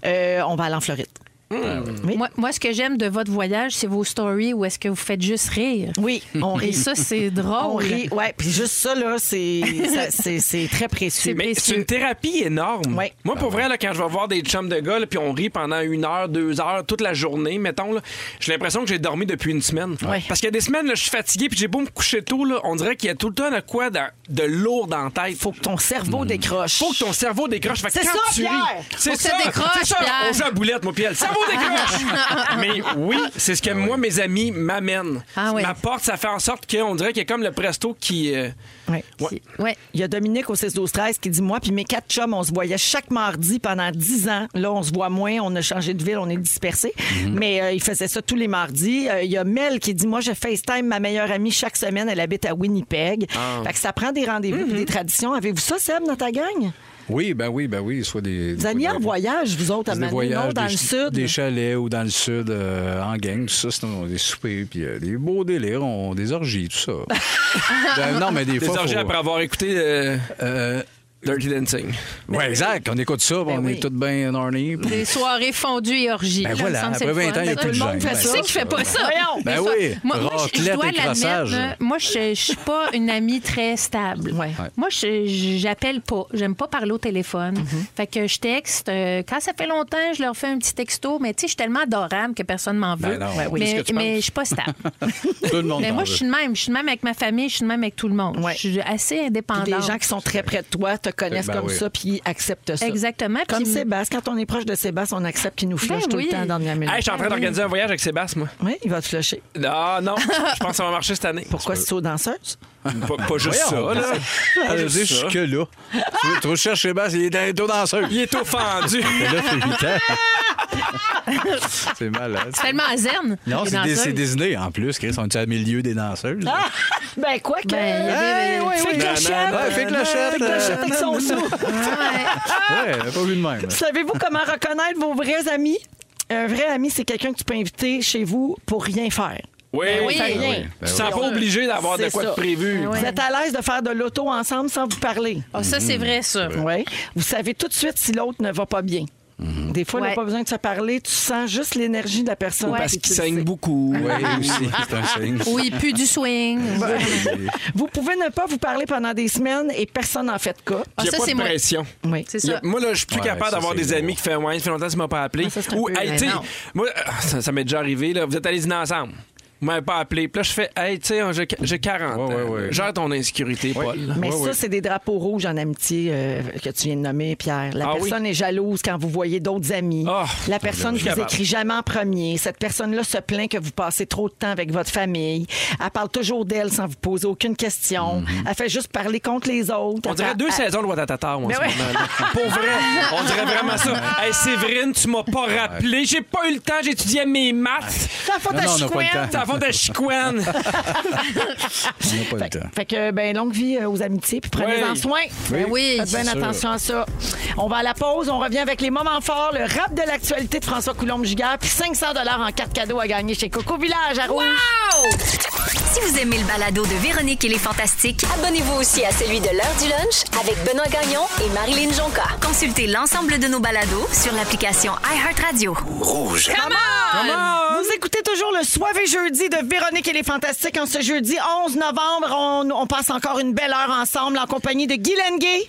A: Euh, on va aller en Floride. Oui.
D: Moi, moi, ce que j'aime de votre voyage, c'est vos stories où est-ce que vous faites juste rire.
A: Oui, on
D: Et
A: rit.
D: ça, c'est
A: On
D: drôle.
A: rit, ouais. Oh, Puis juste ça, là, c'est ça- c'est- c'est très précieux.
D: C'est
B: Mais c'est une thérapie énorme.
A: Ouais.
B: Moi, pour vrai, là, quand je vais voir des chums de gars, là, puis on rit pendant une heure, deux heures, toute la journée, mettons, là, j'ai l'impression que j'ai dormi depuis une semaine.
A: Ouais.
B: Parce qu'il y a des semaines, là, je suis fatigué, puis j'ai beau me coucher tôt, là, on dirait qu'il y a tout le temps de quoi dans- de lourd dans la tête.
A: Faut que ton cerveau
F: Hmm.
A: décroche.
B: Faut que ton cerveau décroche. Fait que
A: C'est
B: quand
A: ça,
B: tu
A: Pierre!
B: ris- C'est
D: que ça
B: ça,
D: décroche,
B: c'est ça.
D: Pierre.
B: On joue à boulette, moi, Pierre. Le cerveau décroche. Mais oui, c'est ce que moi, mes amis m'amènent.
D: Ah ouais.
B: M'apportent, ça fait en sorte qu'on dirait qu'il y a comme le presto qui. euh,
A: Ouais.
B: Ouais.
D: Ouais.
A: Il y a Dominique au 6 12 13 qui dit moi puis mes quatre chums on se voyait chaque mardi pendant 10 ans. Là on se voit moins, on a changé de ville, on est dispersés.
F: Hmm.
A: Mais euh, il faisait ça tous les mardis. Euh, Il y a Mel qui dit moi je FaceTime ma meilleure amie chaque semaine, elle habite à Winnipeg.
F: Ah.
A: Fait que ça prend des rendez-vous puis des traditions. Avez-vous ça Seb dans ta gang
F: Oui, ben oui, ben oui. Soit des.
A: Vous alliez en voyage vous autres à
F: des
A: Manon, non
F: voyages,
A: dans
F: des,
A: le
F: ch-
A: sud.
F: Des chalets ou dans le sud, euh, en gang, tout ça. Sinon, on a des soupers, puis euh, des beaux délires, on, des orgies, tout ça. Ben, non, mais des,
B: Des
F: fois.
B: orgies
F: faut-
B: après avoir écouté euh,
F: Euh,
B: Dirty Dancing.
F: ouais, exact. On écoute ça, puis on
A: oui.
F: est tous bien horny. puis-
D: Des soirées fondues et orgies.
F: Ben
D: Là,
F: voilà,
D: il me semble que
F: après
D: c'est le
F: 20 ans, il y a
D: fun.
F: plus de
A: Tout le
F: gêne.
A: monde fait
F: Ben,
A: ça.
D: Qui c'est qui fait pas ça?
A: Voyons!
F: Ben
D: Des
F: oui,
D: fois- Moi, moi, je- je,
F: raclette
D: dois
F: et crassage.
D: l'admettre. là, Moi, je, je suis pas une amie très stable.
A: Ouais.
D: Moi, je- je- j'appelle pas. J'aime pas parler au téléphone.
F: Mm-hmm.
D: Fait que je texte. euh, quand ça fait longtemps, je leur fais un petit texto. Mais tu sais, je suis tellement adorable que personne m'en veut.
F: Ben non. Ben
A: oui.
D: mais
B: Qu'est-ce que tu
D: mais
B: penses?
D: je suis pas stable.
F: Tout le monde
D: mais moi,
F: en
D: je
F: veut.
D: suis de même. Je suis de même avec ma famille. Je suis de même avec tout le monde.
A: Ouais.
D: Je suis assez
A: Puis
D: indépendante.
A: des gens qui sont très près de toi te connaissent
F: Ben
A: comme
F: oui.
A: ça puis ils acceptent ça.
D: Exactement.
A: Comme
D: Puis-
A: Sébastien, quand on est proche de Sébastien, on accepte qu'il nous flush
D: Ben
A: tout
D: oui.
A: le temps dans la minute.
B: Hey, je suis en train d'organiser un voyage avec Sébastien, moi.
A: Oui, il va te flusher.
B: Ah non, je pense que ça va marcher cette année.
A: Pourquoi c'est aux danseuses?
B: Pas, pas juste
F: Voyons.
B: ça, là.
F: Ah,
B: Pas
F: je
B: juste
F: sais, je
B: ça.
F: suis que là. Tu veux- Tu recherches Sébastien, il est dans les dos danseurs.
B: Il est offendu.
F: Mais là, c'est 8 ans. c'est malade.
D: C'est tellement zen.
F: Non,
D: les
F: c'est des-
D: danseuses.
F: c'est Disney en plus, Chris. On est au milieu des danseuses.
A: Ben, quoi que.
D: Ah! Ben, il y avait-
A: fait
B: oui.
A: clochette.
B: Ouais, euh,
F: fait clochette,
A: Fait clochette avec son sou.
D: Ah,
F: Ouais, j'avais pas vu de même.
A: Savez-vous comment reconnaître vos vrais amis? Un vrai ami, c'est quelqu'un que tu peux inviter chez vous pour rien faire.
B: Oui,
D: Ben oui.
B: tu
D: Ben
B: ne
D: oui.
B: Tu te sens pas obligé d'avoir de
A: C'est
B: quoi de
A: ça.
B: prévu.
D: Ben oui.
A: Vous êtes à l'aise de faire de l'auto ensemble sans vous parler.
D: Ah, ça, c'est vrai,
F: Mm-hmm.
D: ça.
A: Oui. Vous savez tout de suite si l'autre ne va pas bien.
B: Mhm.
A: Des fois, on n'a
D: Ouais.
A: pas besoin de se parler. Tu sens juste l'énergie de la personne.
D: Ouais. Ah,
B: Parce
A: Et tu
B: qu'il
A: le
B: saigne
A: sais.
B: beaucoup.
F: Oui, aussi, c'est un signe.
D: Oui, plus du swing.
A: Vous pouvez ne pas vous parler pendant des semaines et personne n'en fait de cas.
D: Ah,
B: Il n'y a
D: ça,
B: pas
D: c'est
B: de
D: moi.
B: pression.
A: Oui.
D: C'est
B: Il y
D: ça. Ah,
B: a- Moi, là, je suis plus
F: Ouais,
B: capable
F: ça,
B: d'avoir
F: c'est
B: des
F: lourd.
B: amis qui font Ouais, ça fait longtemps que tu m'as pas appelé.
A: ça, c'est un
B: Ou,
A: peu-
B: hey,
D: Mais
B: tu sais,
D: non.
B: moi, euh, ça, ça m'est déjà arrivé, là, vous êtes allés dîner ensemble. Vous m'avez pas appelé. Puis là, je fais, hey, tu sais, j'ai- j'ai 40.
F: Ouais, ouais, ouais.
B: Gère ton insécurité, Paul.
A: Mais
F: Ouais,
A: ça,
F: ouais.
A: c'est des drapeaux rouges en amitié euh, que tu viens de nommer, Pierre. La
B: Ah oui?
A: personne est jalouse quand vous voyez d'autres amis.
B: Ah,
A: la personne ne
B: je suis
A: vous
B: capable.
A: écrit jamais en premier. Cette personne-là se plaint que vous passez trop de temps avec votre famille. Elle parle toujours d'elle sans vous poser aucune question. Elle fait juste parler contre les autres.
B: Mhm. On
A: Elle
B: dirait
A: fait-
B: deux
A: elle-
B: saisons de Watatata, moi, en
A: Mais
B: ce
A: ouais.
B: moment, là. Pour vrai. On dirait vraiment ça. Hey, Séverine, tu m'as pas rappelé. J'ai pas eu le temps, j'étudiais mes maths.
A: C'est la faute
F: Non,
A: à
F: non, on n'a pas le
A: Chicoine.
F: temps.
B: Ça va de chicouane.
F: On n'a pas le temps.
A: Fait que, ben, longue vie euh, aux amitiés, puis prenez-en
B: Oui.
A: soin. Ben
F: Oui.
D: Oui,
A: Faites bien
F: c'est sûr.
A: attention à ça. On va à la pause, on revient avec les moments forts, le rap de l'actualité de François Coulombe-Giguère, puis 500 en carte cadeau à gagner chez Coco Village à Rouge.
H: Si vous aimez le balado de Véronique et les Fantastiques,
G: Abonnez-vous aussi à celui de l'heure du lunch avec Benoît Gagnon et Marilyn Jonca.
H: consultez l'ensemble de nos balados sur l'application iHeartRadio.
A: Vous écoutez toujours le Soir et Jeudi de Véronique et les Fantastiques. En ce jeudi 11 novembre, on, on passe encore une belle heure ensemble en compagnie de Guy Lenguet,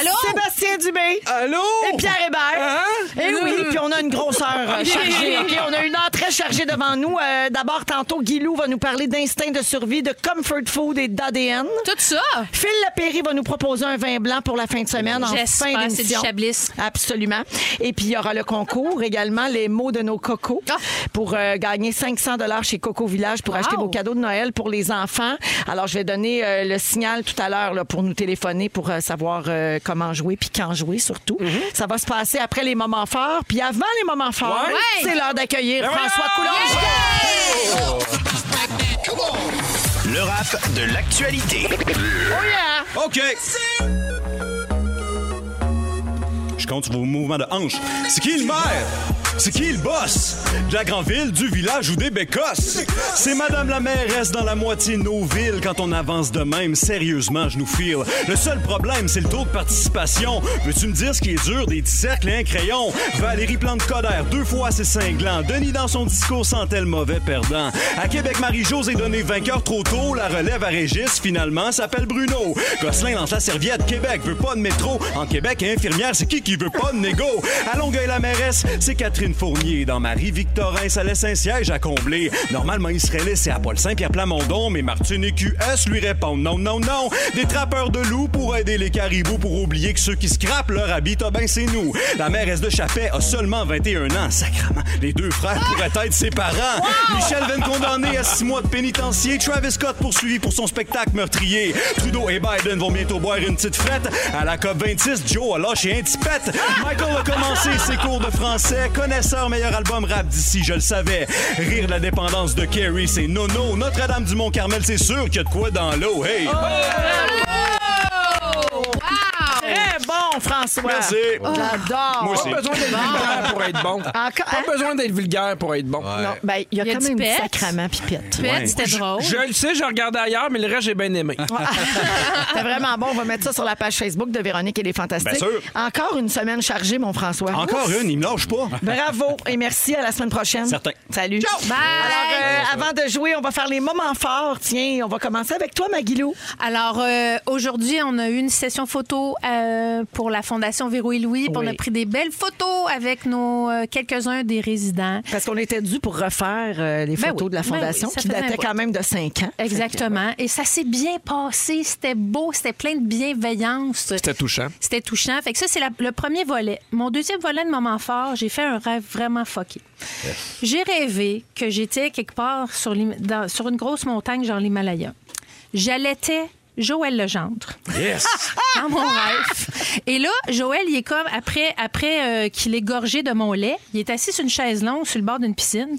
D: Allô?
A: Sébastien Dubé
F: Euh,
B: Allô?
A: et Pierre Hébert. Et oui, puis on a une grosse heure euh, chargée. OK, on a une heure très chargée devant nous. Euh, D'abord, tantôt, Guilou va nous parler d'instinct de survie, de comfort food et d'ADN.
D: Tout ça.
A: Phil Lapéry va nous proposer un vin blanc pour la fin de semaine en
D: J'espère,
A: fin
D: c'est
A: d'émission.
D: du Chablis.
A: Absolument. Et puis il y aura le concours également les mots de nos cocos
D: Ah.
A: pour euh, gagner 500 dollars chez Coco Village pour
D: Wow.
A: acheter vos cadeaux de Noël pour les enfants. Alors je vais donner euh, le signal tout à l'heure là, pour nous téléphoner pour euh, savoir euh, comment jouer puis quand jouer surtout.
D: Mm-hmm.
A: Ça va se passer après les moments forts puis avant les moments forts.
B: Ouais.
A: C'est l'heure d'accueillir
B: Ben
A: François
B: voyons!
A: Coulombe.
I: Le rap de l'actualité.
A: Oh yeah!
J: OK. Je compte sur vos mouvements de hanche. C'est qui le maire? C'est qui le boss? De la grande ville, du village ou des bécosses? C'est madame la mairesse dans la moitié de nos villes. Quand on avance de même, sérieusement, je nous file. Le seul problème, c'est le taux de participation. Veux-tu me dire ce qui est dur des petits cercles et un crayon? Valérie Plante-Coder, deux fois assez cinglant. Denis, dans son discours, sentait le mauvais perdant. À Québec, Marie-Jose est donnée vainqueur trop tôt. La relève à Régis, finalement, s'appelle Bruno. Gosselin lance la serviette. Québec veut pas de métro. En Québec, infirmière, c'est qui qui veut pas de négo? À Longueuil, la mairesse, c'est Catherine Fournier. Dans Marie-Victorin, ça laisse un siège à combler. Normalement, il serait laissé à Paul Saint-Pierre Plamondon, mais Martine et QS lui répondent non, non, non. Des trappeurs de loups pour aider les caribous pour oublier que ceux qui scrapent leur habit, ah ben c'est nous. La mairesse de Chappet a seulement 21 ans. Sacrement, les deux frères pourraient être ses parents. Michel Venn condamné à six mois de pénitencier. Travis Scott poursuivi pour son spectacle meurtrier. Trudeau et Biden vont bientôt boire une petite frette. À la COP26, Joe a lâché un petit pet. Michael a commencé ses cours de français. Connaisseur, meilleur album rap d'ici, je le savais. Rire de la dépendance de Kerry, c'est nono. Notre-Dame du Mont-Carmel, c'est sûr qu'il y a de quoi dans l'eau. Hey!
A: Très bon François.
J: Merci.
A: J'adore.
J: Moi aussi.
B: Pas besoin d'être vulgaire pour être bon.
A: Encore- hein?
B: Pas besoin d'être vulgaire pour être bon.
A: Non, ben, il y a
D: Il y a
A: quand
D: du
A: même du
D: pet.
A: sacrament pipette.
D: Pet, c'était drôle.
B: Je le sais, je regardais ailleurs, mais le reste, j'ai bien aimé.
A: C'est vraiment bon. On va mettre ça sur la page Facebook de Véronique et les Fantastiques.
J: Bien sûr.
A: Encore une semaine chargée, mon François.
J: Encore une, il me lâche pas.
A: Bravo et merci. À la semaine prochaine.
J: Certain.
A: Salut.
D: Bye.
A: Alors, euh, avant de jouer, on va faire les moments forts. Tiens, on va commencer avec toi, Maguilou.
D: Alors, euh, aujourd'hui, on a eu une session photo euh, pour la Fondation Véro et Louis. puis
A: Oui.
D: On a pris des belles photos avec nos euh, quelques-uns des résidents.
A: Parce qu'on était dû pour refaire euh, les
D: Ben
A: photos
D: oui,
A: de la
D: ben
A: Fondation
D: oui, ça
A: qui
D: faisait un
A: dataient
D: bout.
A: quand même de 5 ans.
D: Exactement. Et ça s'est bien passé. C'était beau. C'était plein de bienveillance.
B: C'était touchant.
D: C'était touchant. Fait que ça, c'est la- le premier volet. Mon deuxième volet de moment fort, j'ai fait un rêve vraiment foqué. J'ai rêvé que j'étais quelque part sur, l'Him- dans- sur une grosse montagne, genre l'Himalaya. J'allaitais Joël Legendre.
B: Yes!
D: dans mon rêve. Et là, Joël, il est comme, après, après euh, qu'il ait gorgé de mon lait, il est assis sur une chaise longue sur le bord d'une piscine.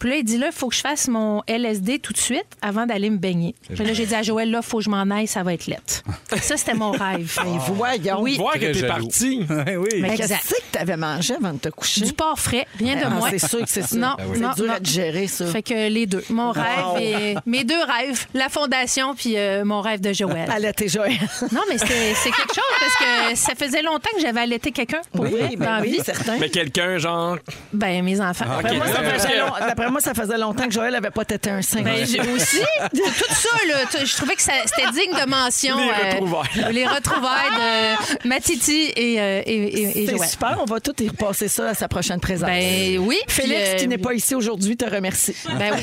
D: Puis là, il dit, là, il faut que je fasse mon LSD tout de suite avant d'aller me baigner. Puis là, j'ai dit à Joël, là, il faut que je m'en aille, ça va être lettre. Ça, c'était mon rêve.
A: ben, voyons.
D: Oui.
B: Voir que
F: Très
B: t'es
F: jaloux.
B: parti.
F: Ouais, oui.
A: Mais
D: Exact.
A: qu'est-ce que t'avais mangé avant de te coucher?
D: Du porc frais, rien de
A: Ah,
D: moins.
A: C'est sûr que c'est ça. Ben
D: Non,
A: c'est
D: non,
A: dur
D: non.
A: à te gérer, ça.
D: Fait que les deux. Mon
A: Wow.
D: rêve et mes deux rêves, la fondation puis euh, mon rêve de Joël.
A: Allaiter Joël.
D: Non, mais c'est c'est quelque chose parce que ça faisait longtemps que j'avais allaité quelqu'un pour vrai, dans la vie.
A: ben certain.
B: Mais quelqu'un, genre.
D: Ben, mes enfants.
A: D'après moi, ça
B: Euh,
A: faisait long- D'après moi, ça faisait longtemps que Joël n'avait pas têté un sein.
D: Ben, j'ai aussi. Tout ça, là, tu- je trouvais que ça- c'était digne de mention. euh,
B: Les retrouvailles.
D: les retrouvailles de Matiti et, euh, et, et, et
A: C'est
D: Joël.
A: super, on va tout y repasser ça à sa prochaine présence.
D: Ben oui. puis,
A: Félix,
D: euh,
A: qui n'est pas ici aujourd'hui, te remercie.
D: Ben oui.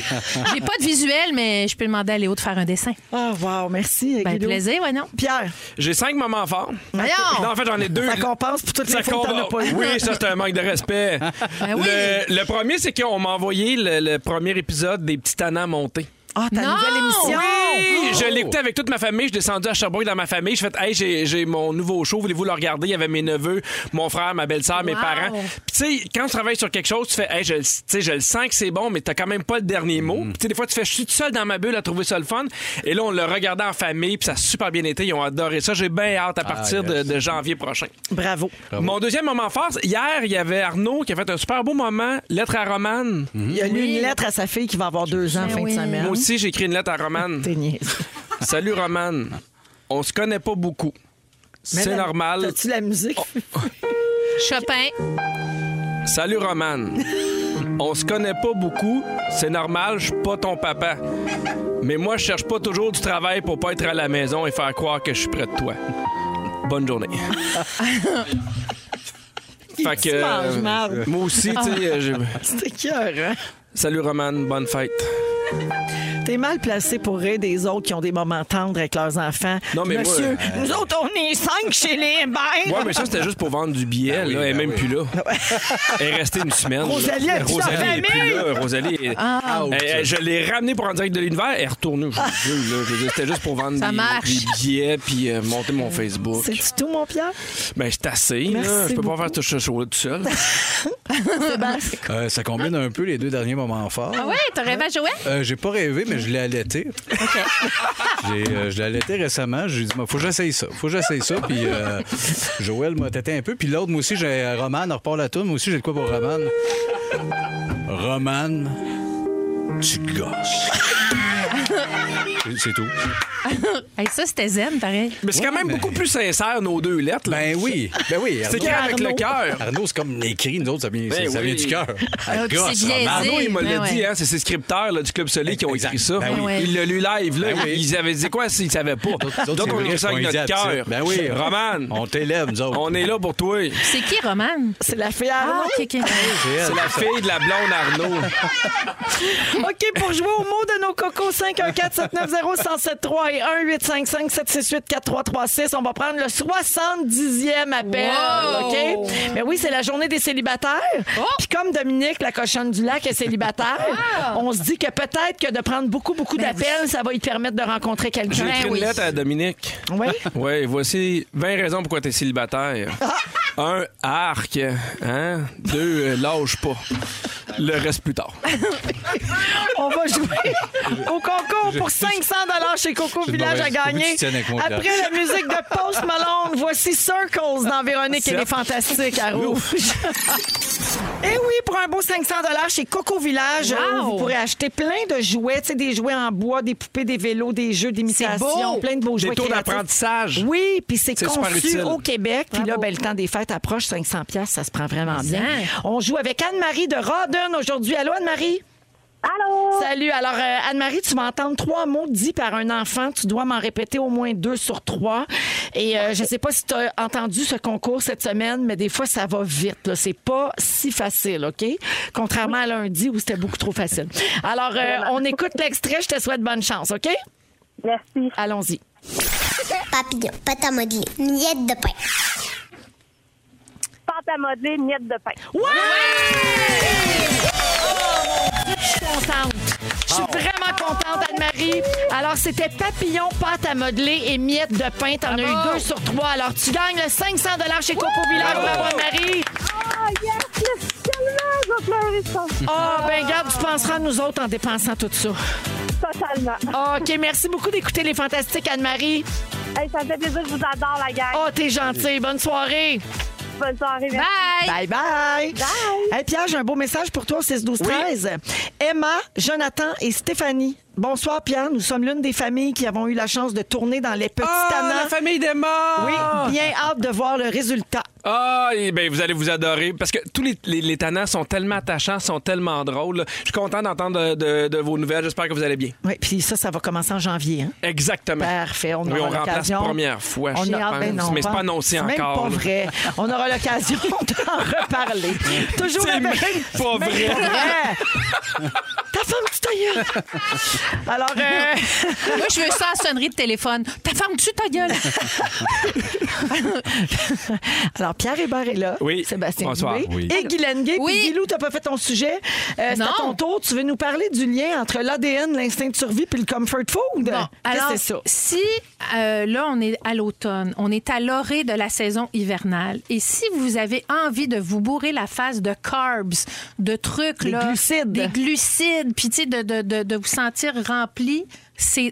D: J'ai pas de visuel, mais je peux demander à Léo de faire un dessin.
A: Ah, wow, merci.
D: Ben,
A: Guido.
D: plaisir, voyons.
A: Pierre,
B: J'ai cinq moments forts.
D: Voyons!
B: Non, en fait, j'en ai deux.
A: ça compense pour toutes
B: Ça
A: les fois que t'en as
B: combat.
A: pas eu.
B: Oui, ça, c'est un manque de respect.
D: Ben oui.
B: le, le premier, c'est qu'on m'a envoyé le, le premier épisode des Petits Tannants montés.
A: Ah, ta
D: Non!
A: nouvelle émission.
B: Et
A: Oh!
B: Je l'ai écouté avec toute ma famille. Je suis descendu à Sherbrooke dans ma famille. Je fait, hey, j'ai, j'ai mon nouveau show. Voulez-vous le regarder? Il y avait mes neveux, mon frère, ma belle-sœur, mes
D: Wow.
B: parents. Puis, tu sais, quand tu travailles sur quelque chose, tu fais, hey, je, le- tu sais, je le sens que c'est bon, mais t'as quand même pas le dernier mot.
A: Mm.
B: Puis, tu sais, des fois, tu fais, je suis tout seul dans ma bulle à trouver ça le fun. Et là, on le regardait en famille, puis ça a super bien été. Ils ont adoré ça. J'ai bien hâte à
A: Ah,
B: partir de-
F: yes.
B: de janvier prochain.
A: Bravo.
B: Mon deuxième moment fort, c'est- hier, il y avait Arnaud qui a fait un super beau moment, lettre à Romane.
A: Il y a lu une lettre à sa fille qui va avoir deux ans
D: Ben
A: fin
D: oui.
A: de semaine.
B: Mhm. Moi aussi, j'ai écrit une lettre à Romane.
A: T'es niaise.
B: Salut Romane, on se connaît pas beaucoup.
A: Mais
B: C'est
A: la-
B: normal. Oh,
A: T'as-tu la musique?
D: Chopin.
B: Salut Romane, on se connaît pas beaucoup. C'est normal, je suis pas ton papa. Mais moi, je cherche pas toujours du travail pour pas être à la maison et faire croire que je suis près de toi. Bonne journée. fait que. euh,
A: mange mal.
B: moi aussi, tu sais, euh, j'ai-
A: C'est cœur, hein?
B: Salut Romane, bonne fête.
A: T'es mal placé pour rire des autres qui ont des moments tendres avec leurs enfants.
B: Non, mais
A: Monsieur,
B: moi, euh,
A: nous autres, on est cinq chez les bêtes.
B: Ouais, mais ça, c'était juste pour vendre du billet.
F: Ben oui,
B: là. Elle est
F: ben
B: même
F: oui.
B: plus là. Elle est restée une semaine.
A: Rosalie, elle est plus dans
B: Rosalie
A: la
B: est plus là. Rosalie est-
F: Ah.
B: Elle- elle- je l'ai ramenée pour en direct de l'univers. Elle est retournée aujourd'hui. là. Je veux dire, C'était juste pour vendre
D: Ça
B: des,
D: marche.
B: des billets puis euh, monter mon Facebook.
A: C'est-tu tout, mon Pierre?
B: Ben, c'est assez.
A: Merci
B: là. Je peux
A: beaucoup.
B: pas faire tout ce show-là tout seul.
F: Euh, ça combine un peu les deux derniers moments forts.
D: Ah ouais, t'as rêvé à Joël?
F: Euh, j'ai pas rêvé, mais je l'ai allaité. J'ai, euh, je l'ai allaité récemment. J'ai dit, Moi, faut que j'essaye ça. Faut que j'essaye ça. Puis euh, Joël m'a têté un peu. Puis l'autre, moi aussi, j'ai euh, Roman. On repart la tourne. Moi aussi, j'ai de quoi pour Roman. Roman, tu gosses. C'est- C'est tout.
D: Hey, ça, c'était zen, pareil.
B: Mais c'est quand
F: Ouais,
B: même
F: mais-
B: beaucoup plus sincère, nos deux lettres. là.
F: Ben oui. Ben oui.
B: c'est
F: Arnaud,
B: écrit avec le cœur.
F: Arnaud, c'est comme écrit. Nous autres, ça vient,
B: Ben
F: ça
B: oui.
F: vient du cœur.
D: Ah, puis c'est
F: Gosse,
D: biaisé.
F: Roman.
B: Arnaud, il me l'a
D: Ben
B: dit,
D: ouais.
B: hein, c'est ses scripteurs là, du Club Soleil qui ont écrit ça.
F: Ben
D: oui.
B: Il l'a lu live, là.
F: Ben oui.
B: Ils avaient dit quoi s'ils savaient pas?
F: D'autres,
B: Donc,
F: c'est
B: on
F: vrai,
B: écrit ça avec
F: qu'on
B: notre
F: dit à
B: cœur.
F: ça. Ben oui.
B: Romane,
F: On t'élève, nous autres.
B: on est là pour toi.
D: C'est qui, Roman?
A: C'est la hein? fille à
D: Ah,
A: Arnaud.
D: ok, ok.
F: C'est elle.
B: C'est la fille de la blonde Arnaud.
A: OK, pour jouer au mot de nos cocos, 514-790-1073 et 1-855-768-4336. On va prendre le 70e appel.
D: Wow! Oh!
A: OK? Mais oui, c'est la journée des célibataires. Puis comme Dominique, la cochonne du lac, est célibataire,
D: Ah!
A: on se dit que peut-être que de prendre beaucoup, beaucoup
D: Ben
A: d'appels, ça va lui permettre de rencontrer
B: J'ai
A: quelqu'un.
B: écrit
D: oui.
B: une lettre à Dominique.
A: Oui?
B: Oui, voici 20 raisons pourquoi t'es célibataire. Un, arc. Hein? Deux, euh, lâche pas. Le reste plus tard.
A: On va jouer au concours pour 500 chez Coco
F: J'ai une
A: Village à
F: mauvaise- faut que
A: gagner.
F: tu tiennes avec moi,
A: Après la musique de Post Malone, voici Circles dans Véronique et
B: Sept.
A: les Fantastiques à Rouge. Et oui, pour un beau 500 chez Coco Village,
D: Wow!
A: euh, vous pourrez acheter plein de jouets, tu sais, des jouets en bois, des poupées, des vélos, des jeux d'imitation,
D: beau!
A: plein de beaux
B: Des
A: jouets
B: tours
A: créatifs.
B: d'apprentissage.
A: Oui, puis c'est
B: C'est super
A: conçu
B: utile.
A: au Québec. Puis là,
D: Bravo.
A: ben, le temps des fêtes approche, 500 pièces, ça se prend vraiment bien.
D: Bien.
A: On joue avec Anne-Marie de Rodden aujourd'hui. Allô, Anne-Marie?
K: Allô?
A: Salut. Alors, euh, Anne-Marie, tu vas entendre trois mots dits par un enfant. Tu dois m'en répéter au moins deux sur trois. Et euh, je ne sais pas si tu as entendu ce concours cette semaine, mais des fois, ça va vite. là. C'est pas si facile, OK? Contrairement à lundi où c'était beaucoup trop facile. Alors, euh, on écoute l'extrait. Je te souhaite bonne chance, OK?
K: Merci.
A: Allons-y.
K: Papillon, pâte à modeler, miette de pain. Pâte à modeler, miette de pain.
A: Ouais! Oh, mon Dieu, je suis contente. Je suis suis vraiment contente, Anne-Marie. Alors, c'était papillon, pâte à modeler et miettes de pain. T'en as eu deux sur trois. Alors, tu gagnes le 500 chez Coco Village. Bravo, Anne-Marie. Ah, ben garde, tu penseras à nous autres en dépensant tout ça. Totalement. OK, merci beaucoup d'écouter les Fantastiques, Anne-Marie.
L: ça me fait plaisir, je vous adore, la gang.
A: Oh, t'es gentille. Bonne soirée.
L: Bonne soirée, merci.
A: Bye bye. Hey, Pierre, j'ai un beau message pour toi au 6 12 13. Emma, Jonathan et Stéphanie. Bonsoir Pierre, nous sommes l'une des familles qui avons eu la chance de tourner dans les petits
B: Ah, la
A: tannants.
B: famille d'Emma!
A: Oui, bien hâte de voir le résultat.
B: Ah, eh ben vous allez vous adorer parce que tous les, les, les tannants sont tellement attachants, sont tellement drôles. Je suis content d'entendre de, de- de vos nouvelles. J'espère que vous allez bien.
A: Oui, puis ça, ça va commencer en janvier. Hein?
B: Exactement.
A: Parfait, on
B: oui,
A: aura
B: on remplace
A: l'occasion.
B: première fois, je
A: a-
B: pense.
A: ben non,
B: mais c'est
A: pas-
B: pas annoncé
A: c'est
B: encore.
A: même pas
B: là.
A: vrai. On aura l'occasion d'en reparler. Toujours
B: C'est
A: avec-
B: même pas
A: même
B: vrai.
A: pas vrai. Ta femme, tu ta gueule. Alors, euh,
D: Moi, je veux ça à sonnerie de téléphone. Ta femme, tu ta gueule.
A: Alors, Pierre Hébert est là.
B: Oui.
A: Sébastien
B: Bonsoir.
A: Dubé.
B: Oui.
A: Et Guylaine Gay. Puis Guilou, t'as pas fait ton sujet. Euh, c'est à
D: Non.
A: ton tour. Tu veux nous parler du lien entre l'ADN, l'instinct de survie puis le comfort
D: Bon,
A: food? Qu'est-ce
D: alors,
A: que c'est ça?
D: si euh, là, on est à l'automne, on est à l'orée de la saison hivernale, et si vous avez envie de vous bourrer la face de carbs, de trucs,
A: Des
D: là,
A: glucides.
D: des glucides, puis tu sais, de, de- de- de vous sentir rempli, c'est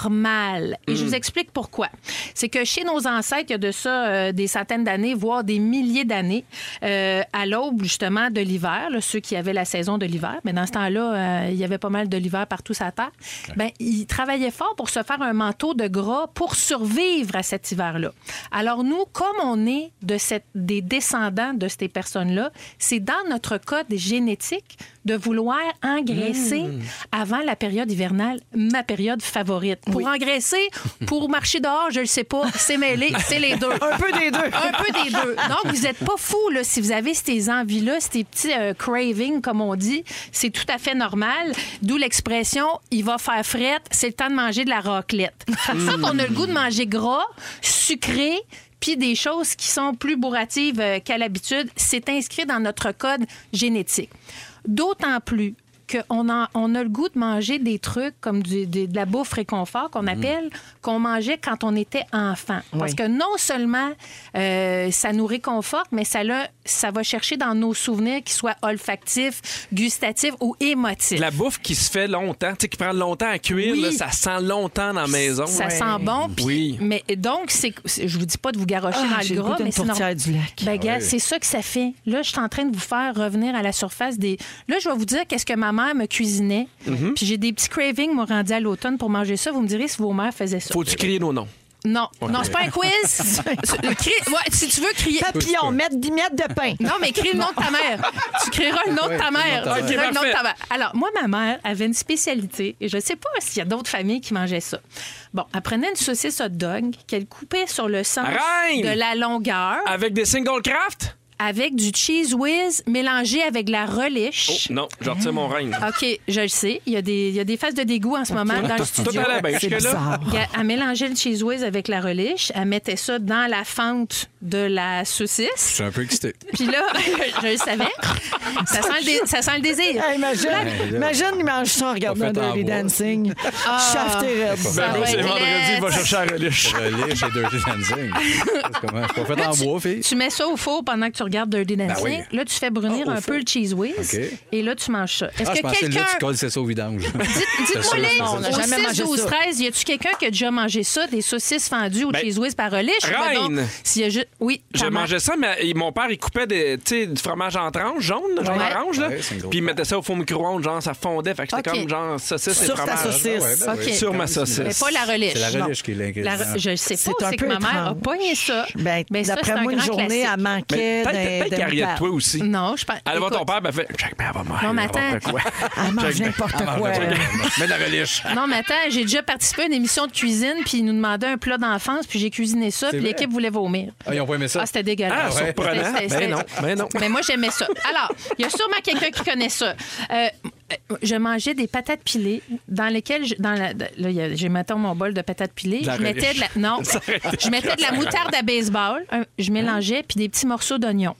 D: normal. Et
A: Mm.
D: je vous explique pourquoi. C'est que chez nos ancêtres, il y a de ça euh, des centaines d'années, voire des milliers d'années, euh, à l'aube justement de l'hiver, là, ceux qui avaient la saison de l'hiver, mais dans ce temps-là, euh, il y avait pas mal de l'hiver partout sur la Terre, ben, ils travaillaient fort pour se faire un manteau de gras pour survivre à cet hiver-là. Alors nous, comme on est de cette, des descendants de ces personnes-là, c'est dans notre code génétique de vouloir engraisser
A: Hmm.
D: avant la période hivernale, ma période favorite. Pour engraisser, pour marcher dehors, je ne sais pas, c'est mêlé, c'est les deux.
A: Un peu des deux.
D: Un peu des deux. Donc, vous n'êtes pas fou là, si vous avez ces envies-là, ces petits euh, cravings, comme on dit. C'est tout à fait normal. D'où l'expression il va faire frette, c'est le temps de manger de la raclette. C'est pour ça qu'on a le goût de manger gras, sucré, puis des choses qui sont plus bourratives euh, qu'à l'habitude. C'est inscrit dans notre code génétique. D'autant plus qu'on a, on a le goût de manger des trucs comme du- des- de la bouffe réconfort qu'on appelle, qu'on mangeait quand on était enfant. Parce
A: Oui.
D: que non seulement euh, ça nous réconforte, mais ça, l'a- ça va chercher dans nos souvenirs qu'ils soient olfactifs, gustatifs ou émotifs.
B: La bouffe qui se fait longtemps, tu sais, qui prend longtemps à cuire,
D: Oui.
B: là, ça sent longtemps dans la maison.
D: Ça
B: Ouais.
D: sent bon. puis-
B: Oui.
D: Mais donc, c'est, c'est- je vous dis pas de vous garocher
A: Ah,
D: dans
A: j'ai
D: le
A: le
D: gras,
A: goût d'une
D: mais c'est
A: tourtière du lac.
D: Ben, gars,
A: Ah oui.
D: c'est ça que ça fait. Là, je suis en train de vous faire revenir à la surface des. Là, je vais vous dire qu'est-ce que ma mère me cuisinait. Puis j'ai des petits cravings, moi, rendus à l'automne pour manger ça. Vous me direz si vos mères faisaient ça.
B: Faut-tu crier nos noms?
D: Non, non, c'est pas un quiz. Le cri- ouais, si tu veux crier.
A: Papillon, mettre 10 miettes de pain.
D: Non, mais crie le nom de ta mère. Tu crieras le nom de
A: Ouais,
D: ta mère.
A: le nom de ta mère.
D: Tu crieras
A: Ok,
D: le nom de
A: parfait.
D: ta mère. Alors, moi, ma mère avait une spécialité, et je sais pas s'il y a d'autres familles qui mangeaient ça. Bon, elle prenait une saucisse hot dog qu'elle coupait sur le sens
B: Arrête!
D: de la longueur
B: Avec des single craft?
D: avec du cheese whiz mélangé avec de la relish.
B: Oh,
A: Oh.
B: Non, je retire mon règne.
A: Ah,
D: OK, je le sais. Il y, a des, il y a des phases de dégoût en ce moment dans le
B: Tout
D: studio.
B: allait bien C'est jusque-là. bizarre.
D: Elle mélangeait le cheese whiz avec la relish. Elle mettait ça dans la fente de la
F: Je
D: saucisse.
F: suis un peu excité.
D: Puis là, je le savais. Ça sent le, dé- ça sent le désir.
A: Hey, imagine,
F: Ouais, là.
A: imagine, il mange ça en regardant
F: Pas fait en
A: Dirty
F: bois.
A: Dancing. Ah Shafté Red.
D: Ben, gros, c'est
B: vendredi, il va chercher la relish.
F: Relish et Dirty Dancing. C'est comment? Je suis pas fait en bois, fille.
D: Tu mets ça au four pendant que tu regardes Dirty Dancing.
F: Ben oui.
D: Là, tu fais brunir
F: Ah, au
D: un
F: four.
D: peu le cheese whiz.
F: OK.
D: Et là, tu manges ça. Est-ce
F: Ah, je
D: que
F: pensais là,
D: quelqu'un...
F: tu colles c'est ça au vidange. Ah,
D: Dites-moi les
A: Non, on n'a jamais
D: au 6,
A: mangé
D: 12,
A: ça.
D: 13, y a-tu quelqu'un qui a déjà mangé ça, des saucisses fendues ou
B: Ben,
D: cheese whiz par relish?
B: Reine!
D: Pardon, s'il y a juste- Oui,
B: Je
D: ta mère.
B: mangeais ça, mais il- mon père, il coupait des, tu sais, du fromage en tranches, jaune, jaune
D: Ouais.
B: orange, là.
F: Ouais, c'est une grosse
B: puis il mettait ça au four micro-ondes, genre, ça fondait. Fait que c'était
D: OK.
B: comme, genre, saucisse et
A: Sur ta
B: fromage.
A: saucisse.
D: ben oui. OK.
B: Sur ma saucisse.
D: Mais pas la relish.
F: C'est la relish
D: non.
F: qui est l'ingrédient.
D: La re- Je sais pas,
A: C'est un
D: c'est que
A: peu
D: ma mère a
A: étrange.
D: pogné ça.
A: Ben,
D: Mais ça, c'est
A: D'après
D: un
A: moi, une
D: grand
A: journée,
D: classique.
A: elle manquait
B: Mais Ben, peut-être-
A: d'un-
B: peut-être
A: d'un
B: qu'elle riait de
A: pâte.
B: toi aussi.
D: Non, je pense...
B: Allez voir ton
D: Écoute,
B: père, ben fait, check, ben, elle va manger.
D: Non, mais
B: n'importe
D: attends.
B: quoi.
A: Elle mange n'importe quoi.
F: Mets de la relish.
D: Non, mais attends, j'ai déjà participé à une émission de cuisine, puis ils nous demandaient un plat d'enfance, puis j'ai cuisiné ça, puis
F: vrai?
D: l'équipe voulait vomir.
F: Ah, ils ont pas aimé ça.
D: Ah, c'était dégueulasse.
B: Ah, surprenant.
D: C'était- c'était-
B: Ben non, ben non.
D: Mais moi, j'aimais ça. Alors, il y a sûrement quelqu'un qui connaît ça. Euh, euh, je mangeais des patates pilées dans lesquelles je, dans la, de- là, il y a- j'ai mettons mon bol de patates pilées.
B: De la
D: Je mettais de la, non, je mettais de la moutarde à baseball, un- je mélangeais puis des petits morceaux d'oignon.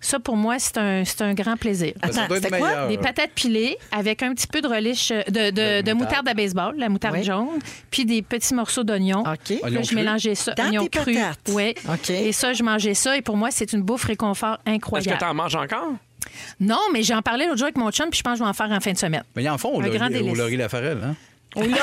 D: Ça, pour moi, c'est un, c'est un grand plaisir.
C: Ben, ça Attends, doit être c'était quoi? meilleur.
D: Des patates pilées avec un petit peu de relish euh, de, de- de moutarde à baseball, la moutarde
C: Oui.
D: jaune, puis des petits morceaux d'oignon. Puis
C: Oignon
D: Là, je
C: cru.
D: mélangeais ça.
C: Dans
D: oignon
C: tes
D: cru.
C: patates.
D: Oui. Et ça, je mangeais ça. Et pour moi, c'est une bouffe réconfort
B: Est-ce que
D: incroyable.
B: t'en manges encore?
D: non, mais j'en parlais l'autre jour avec mon chum, puis je pense que je vais en faire en fin de semaine.
F: Mais ils en font au
D: Un grand
F: Laurie- au
D: délice.
F: Laurie Lafarelle, hein?
D: Au laurier.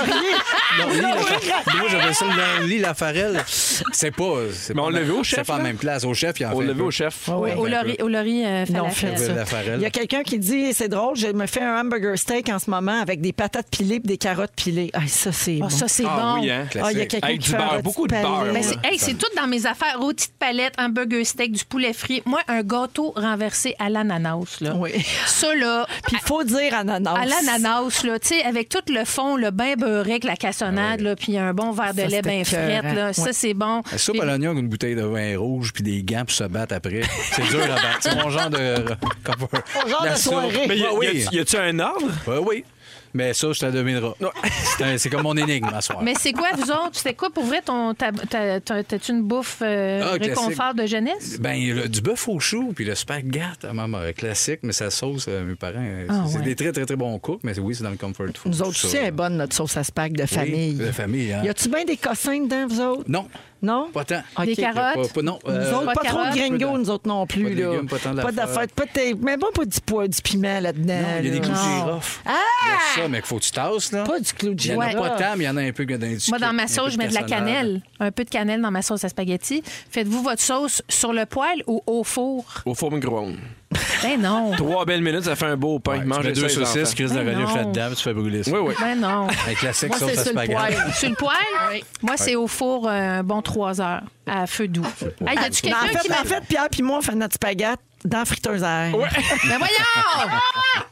F: Laurie Lafarelle. Moi, j'avais ça le Laurie Lafarelle. C'est pas. Mais
B: on l'a vu au chef,
F: C'est pas en
B: là.
F: même place. Au chef, il en
B: On
F: fait
B: l'a
F: Ah, un
B: vu
F: peu.
B: au chef.
D: Ah
B: Ah
F: Ouais,
A: Oui,
F: ben, un peu.
D: Au laurier euh,
A: Non,
D: falafel.
A: faites
F: La
A: ça.
F: farelle.
A: Il y a quelqu'un qui dit c'est drôle, je me fais un hamburger steak en ce moment avec des patates pilées et des carottes pilées. Ah, ça c'est bon.
D: ça, c'est
B: Ah bon. oui, hein?
A: Ah, il y a
B: Classique.
A: quelqu'un
B: Avec
A: qui
B: du
A: fait un
B: beurre,
A: rôti
B: beaucoup de
A: palais.
B: beurre.
D: Ben, c'est hey, c'est tout dans mes affaires. Rôti de palette, un burger steak, du poulet frit. Moi, un gâteau renversé à l'ananas. Là. Ça, là.
A: Puis il faut dire ananas.
D: À l'ananas, là, tu sais, avec tout le fond, le bain beurré, avec la cassonade, là, puis un bon verre de
A: Ça,
D: lait
A: c'était
D: bien frais,
A: écœurant.
D: là. Ça,
A: Ouais.
D: c'est bon.
F: La soupe à l'oignon avec une bouteille de vin rouge puis des gants pour se battre après. C'est dur à battre. C'est mon genre de. Mon
A: genre de soirée.
B: Mais y a-
F: oui.
B: y a-tu un ordre?
F: Oui, oui. Mais ça, je te le devinerai. C'est un- C'est comme mon énigme à soir.
D: Mais c'est quoi, vous autres? C'était quoi pour vrai ton. ta- ta- ta- T'as-tu une bouffe euh,
F: Ah, classique.
D: réconfort de jeunesse?
F: Ben, le- du bœuf au chou puis le spaghette à maman, euh, classique, mais sa sauce, euh, mes parents, euh,
A: Ah,
F: c'est
A: ouais.
F: des très, très, très bons cooks, mais oui, c'est dans le comfort food.
A: Nous autres
F: tout ça.
A: aussi, elle est bonne notre sauce à spag de famille.
F: de famille, hein.
A: Y a-tu bien des cossins dedans, vous autres?
F: Non.
A: Non?
F: Pas tant.
A: OK.
F: Des carottes? Pas- pas- non,
A: Nous
F: euh,
A: autres,
F: pas
A: pas,
F: de
A: trop de
F: carottes.
A: gringos, nous autres non plus.
F: Pas de
A: là.
F: légumes, pas tant d'affaires.
A: d'affaires. Peut-être, mais bon, pas du poids, du piment là-dedans.
F: Non, il y a des
A: là.
F: clous de
A: Non.
F: girofle.
A: Ah!
F: Il y a ça, mais qu'il faut que tu tasses, là.
A: Pas du clou de
F: Il y en a
D: girofle.
F: pas tant, mais il y en a un peu que dans les
D: Moi, dans ma sauce, je mets de la
F: cassonade.
D: cannelle. Un peu de cannelle dans ma sauce à spaghetti. Faites-vous votre sauce sur le poêle ou au four?
B: Au four micro-ondes.
D: Ben non.
B: Trois belles minutes, ça fait un beau pain.
F: Ouais,
B: Mangez
F: tu mets deux
B: ça, les
F: saucisses,
B: enfants.
F: Chris de
D: Ben
F: relief
D: non.
F: là-dedans, puis tu fais brûler ça.
B: Oui, oui.
D: Ben non.
F: Un classique
D: Moi,
F: sauce
D: c'est
F: à
D: sur le Ah
F: spaghette.
D: poêle. sur le poêle, moi, c'est au four euh, un bon 3 heures à feu doux. Hey, y a-tu
A: Mais en
D: quelqu'un
A: fait,
D: qui
A: Ben,
D: m'a
A: en fait, Pierre puis moi, on fait notre spaghetti dans la friteuse à air.
D: Ben voyons!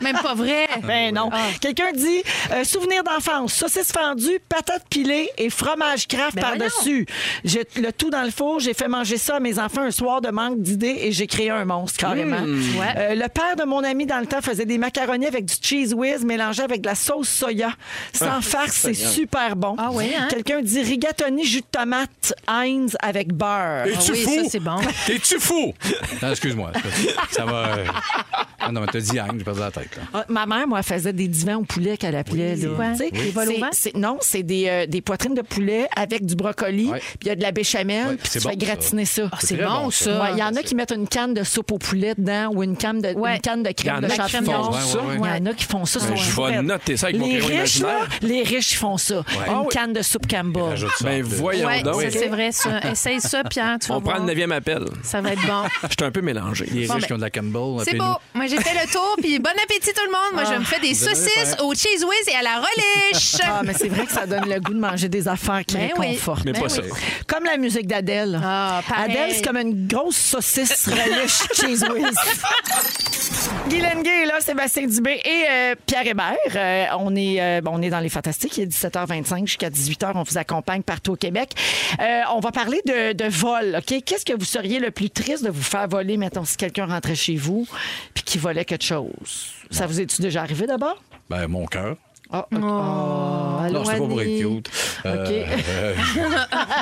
D: Même pas vrai.
A: Ben non.
D: Ah.
A: Quelqu'un dit euh, souvenir d'enfance, saucisse fendue, patate pilée et fromage
D: Ben
A: craft par-dessus. J'ai le tout dans le four. J'ai fait manger ça à mes enfants un soir de manque d'idées et j'ai créé un monstre carrément.
D: Mm. Ouais.
A: Euh, le père de mon ami dans le temps faisait des macaronis avec du cheese whiz mélangé avec de la sauce soya. Sans
C: Ah,
A: farce, c'est
C: Seigneur.
A: super bon.
D: Ah ouais, hein?
A: Quelqu'un dit rigatoni, jus de tomate, Heinz avec beurre.
F: Es-tu
A: Ah oui,
F: fou?
A: ça, c'est bon.
F: T'es-tu fou? Non, excuse-moi. Ça va. euh, Ah non, mais t'as dit Anne, j'ai perdu la tête. là.
A: Ah, ma mère, moi, elle faisait des divans au poulet qu'elle appelait. là.
D: quoi?
A: Tu sais,
D: Oui. Des vols au
A: c'est-
D: vent?
A: c'est- Non, c'est des, euh, des poitrines de poulet avec du brocoli, puis il y a de la béchamel, puis tu
D: c'est
A: fais
D: bon, ça.
A: gratiner ça.
D: Ah, c'est C'est très bon, bon, ça. ça.
A: Ouais, Il y en a qui mettent une canne de soupe au poulet dedans ou une canne de, une canne de crème
B: Il y
A: de
B: en a qui
A: champignon.
B: font ça.
A: Il y en a qui font ça.
B: Ben,
A: sont
B: je vais
A: frais.
B: noter ça avec mon
A: les
B: crayon
A: riches, là,
B: imaginaire.
A: Les riches ils font ça. Une
B: Ah oui.
A: canne de soupe Campbell.
B: Ben voyons
D: Ouais,
B: donc.
D: ça, c'est vrai, ça. Essaye ça, Pierre. Tu vas
B: On prend
D: voir.
B: le neuvième appel.
D: Ça va être bon.
B: Je suis un peu mélangé.
F: Les
D: Bon, riches ben, qui
F: ont de la Campbell.
D: C'est beau. Moi, j'ai fait le tour, puis bon appétit tout le monde. Moi,
A: Ah.
D: je me fais des
A: Vous allez
D: saucisses
A: faire.
D: au cheese whiz et à la relish.
A: Ah, mais c'est vrai que ça donne le goût de manger des affaires qui
D: Ben oui.
A: réconfortent.
B: Mais pas Ben ça. oui.
A: Comme la musique d'Adèle.
D: pareil.
A: Adèle, c'est comme une grosse saucisse relish cheese whiz. Guylaine Gay est là, Sébastien Dubé et euh, Pierre Hébert. Euh, on, est, euh, bon, on est dans les Fantastiques. Il est 17h25 jusqu'à 18h. On vous accompagne partout au Québec. Euh, on va parler de, de vol. ok? Qu'est-ce que vous seriez le plus triste de vous faire voler, mettons, si quelqu'un rentrait chez vous puis qu'il volait quelque chose? Ça vous est-tu déjà arrivé d'abord?
F: Ben, mon cœur.
A: Ah, ok. Ah,
F: Non, c'est pas pour être
A: Loanie.
F: cute. Euh, euh,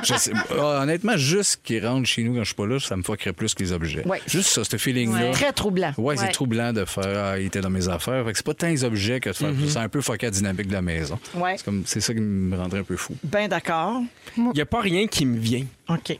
F: je sais- ah, honnêtement, juste qu'ils rentrent chez nous quand je suis pas là, ça me fuckerait plus que les objets.
A: Ouais.
F: Juste ça, ce feeling-là.
A: Ouais. Très troublant.
F: Ouais, c'est
A: Ouais.
F: troublant de faire. Ah, il était dans mes affaires. Fait que c'est pas tant les objets que de faire.
B: Mhm.
F: C'est un peu fucké la dynamique de la maison.
A: Ouais.
F: C'est comme- C'est ça qui me rendrait un peu fou.
A: Ben d'accord.
B: Il n'y a pas rien qui me vient.
A: OK.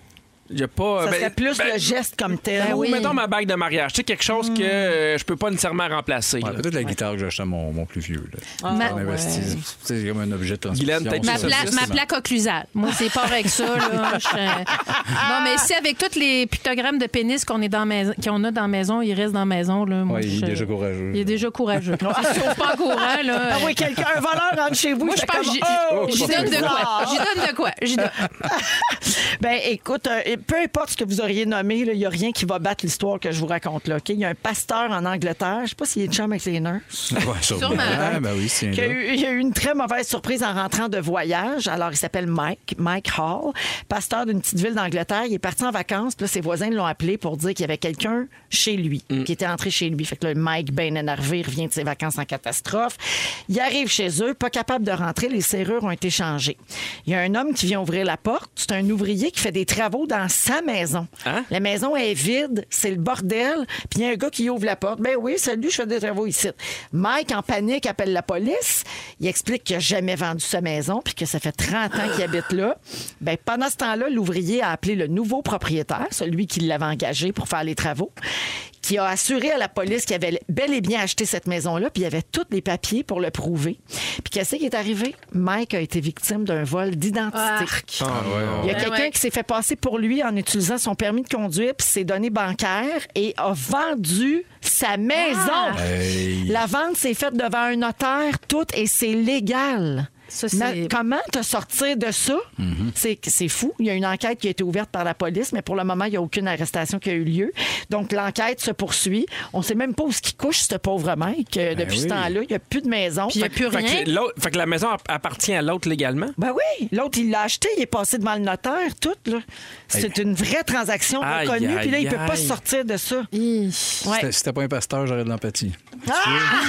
B: Il n'y a pas.
A: Ça
B: ben,
A: serait plus
B: ben,
A: le geste comme tel.
B: ou mettons ma bague de mariage. Tu sais, quelque chose que euh, je peux pas nécessairement remplacer. là.
F: Peut-être la guitare que j'ai achetée à mon, mon plus vieux. Là.
D: Ah,
F: J'ai
D: ouais.
F: investi. C'est comme un objet de transmission.
B: Guylaine, peut-être
D: Ma,
B: c'est
D: plaque- ma plaque occlusale. Moi, c'est pas avec ça. Là. Je, euh, Non, mais si avec tous les pictogrammes de pénis qu'on est dans maison, qu'on a dans la maison, il reste dans la maison. Là, moi,
F: Ouais, il est
D: je-
F: déjà courageux.
D: Il est déjà courageux. Il sauve pas en courant. Là.
A: Ah oui, quelqu'un, un voleur rentre chez vous.
D: Moi, je
A: il fait
D: pense
A: comme,
D: j'y
A: Oh,
D: j'y donne de quoi. J'y donne de quoi. J'y donne.
A: ben écoute, euh, peu importe ce que vous auriez nommé, il n'y a rien qui va battre l'histoire que je vous raconte. là. ok? Il y a un pasteur en Angleterre, je ne sais pas s'il est chum avec les nurses.
F: Ouais, sûrement.
A: Sûrement.
F: Ah, ben oui, c'est
A: Il y, a eu, il y a eu une très mauvaise surprise en rentrant de voyage. Alors, il s'appelle Mike, Mike Hall, pasteur d'une petite ville d'Angleterre. Il est parti en vacances. Puis là, ses voisins l'ont appelé pour dire qu'il y avait quelqu'un chez lui, qui était entré chez lui. Fait que là, Mike, bien énervé, revient de ses vacances en catastrophe. Il arrive chez eux, pas capable de rentrer. Les serrures ont été changées. Il y a un homme qui vient ouvrir la porte. C'est un ouvrier qui fait des travaux dans la sa maison. La maison est vide, c'est le bordel, puis il y a un gars qui ouvre la porte. Ben oui, salut, je fais des travaux ici. Mike, en panique, appelle la police. Il explique qu'il n'a jamais vendu sa maison, puis que ça fait 30 ans qu'il habite là. Ben, pendant ce temps-là, l'ouvrier a appelé le nouveau propriétaire, celui qui l'avait engagé pour faire les travaux qui a assuré à la police qu'il avait bel et bien acheté cette maison-là, puis il avait tous les papiers pour le prouver. Puis qu'est-ce qui est arrivé? Mike a été victime d'un vol d'identité.
M: Ah, ouais,
A: Il y a
M: ouais.
A: quelqu'un
D: Ben
A: qui s'est fait passer pour lui en utilisant son permis de conduire puis ses données bancaires et a vendu sa maison.
M: Hey.
A: La vente s'est faite devant un notaire, tout, et c'est légal. Mais comment te sortir de ça? C'est- C'est fou. Il y a une enquête qui a été ouverte par la police, mais pour le moment, il n'y a aucune arrestation qui a eu lieu. Donc, l'enquête se poursuit. On ne sait même pas où ce qui couche, ce pauvre Mike. Euh, Depuis
B: oui.
A: ce temps-là, il n'y a plus de maison.
B: Fait- Fait que, l'autre- fait que la maison app- appartient à l'autre légalement?
A: Ben oui, l'autre, il l'a acheté, il est passé devant le notaire, tout. là. C'est une vraie transaction
F: Aïe,
A: reconnue, puis là, il ne peut
F: aïe,
A: pas
F: aïe.
A: sortir de ça.
F: C'était-
A: Ouais.
F: C'était pas un pasteur, j'aurais de l'empathie.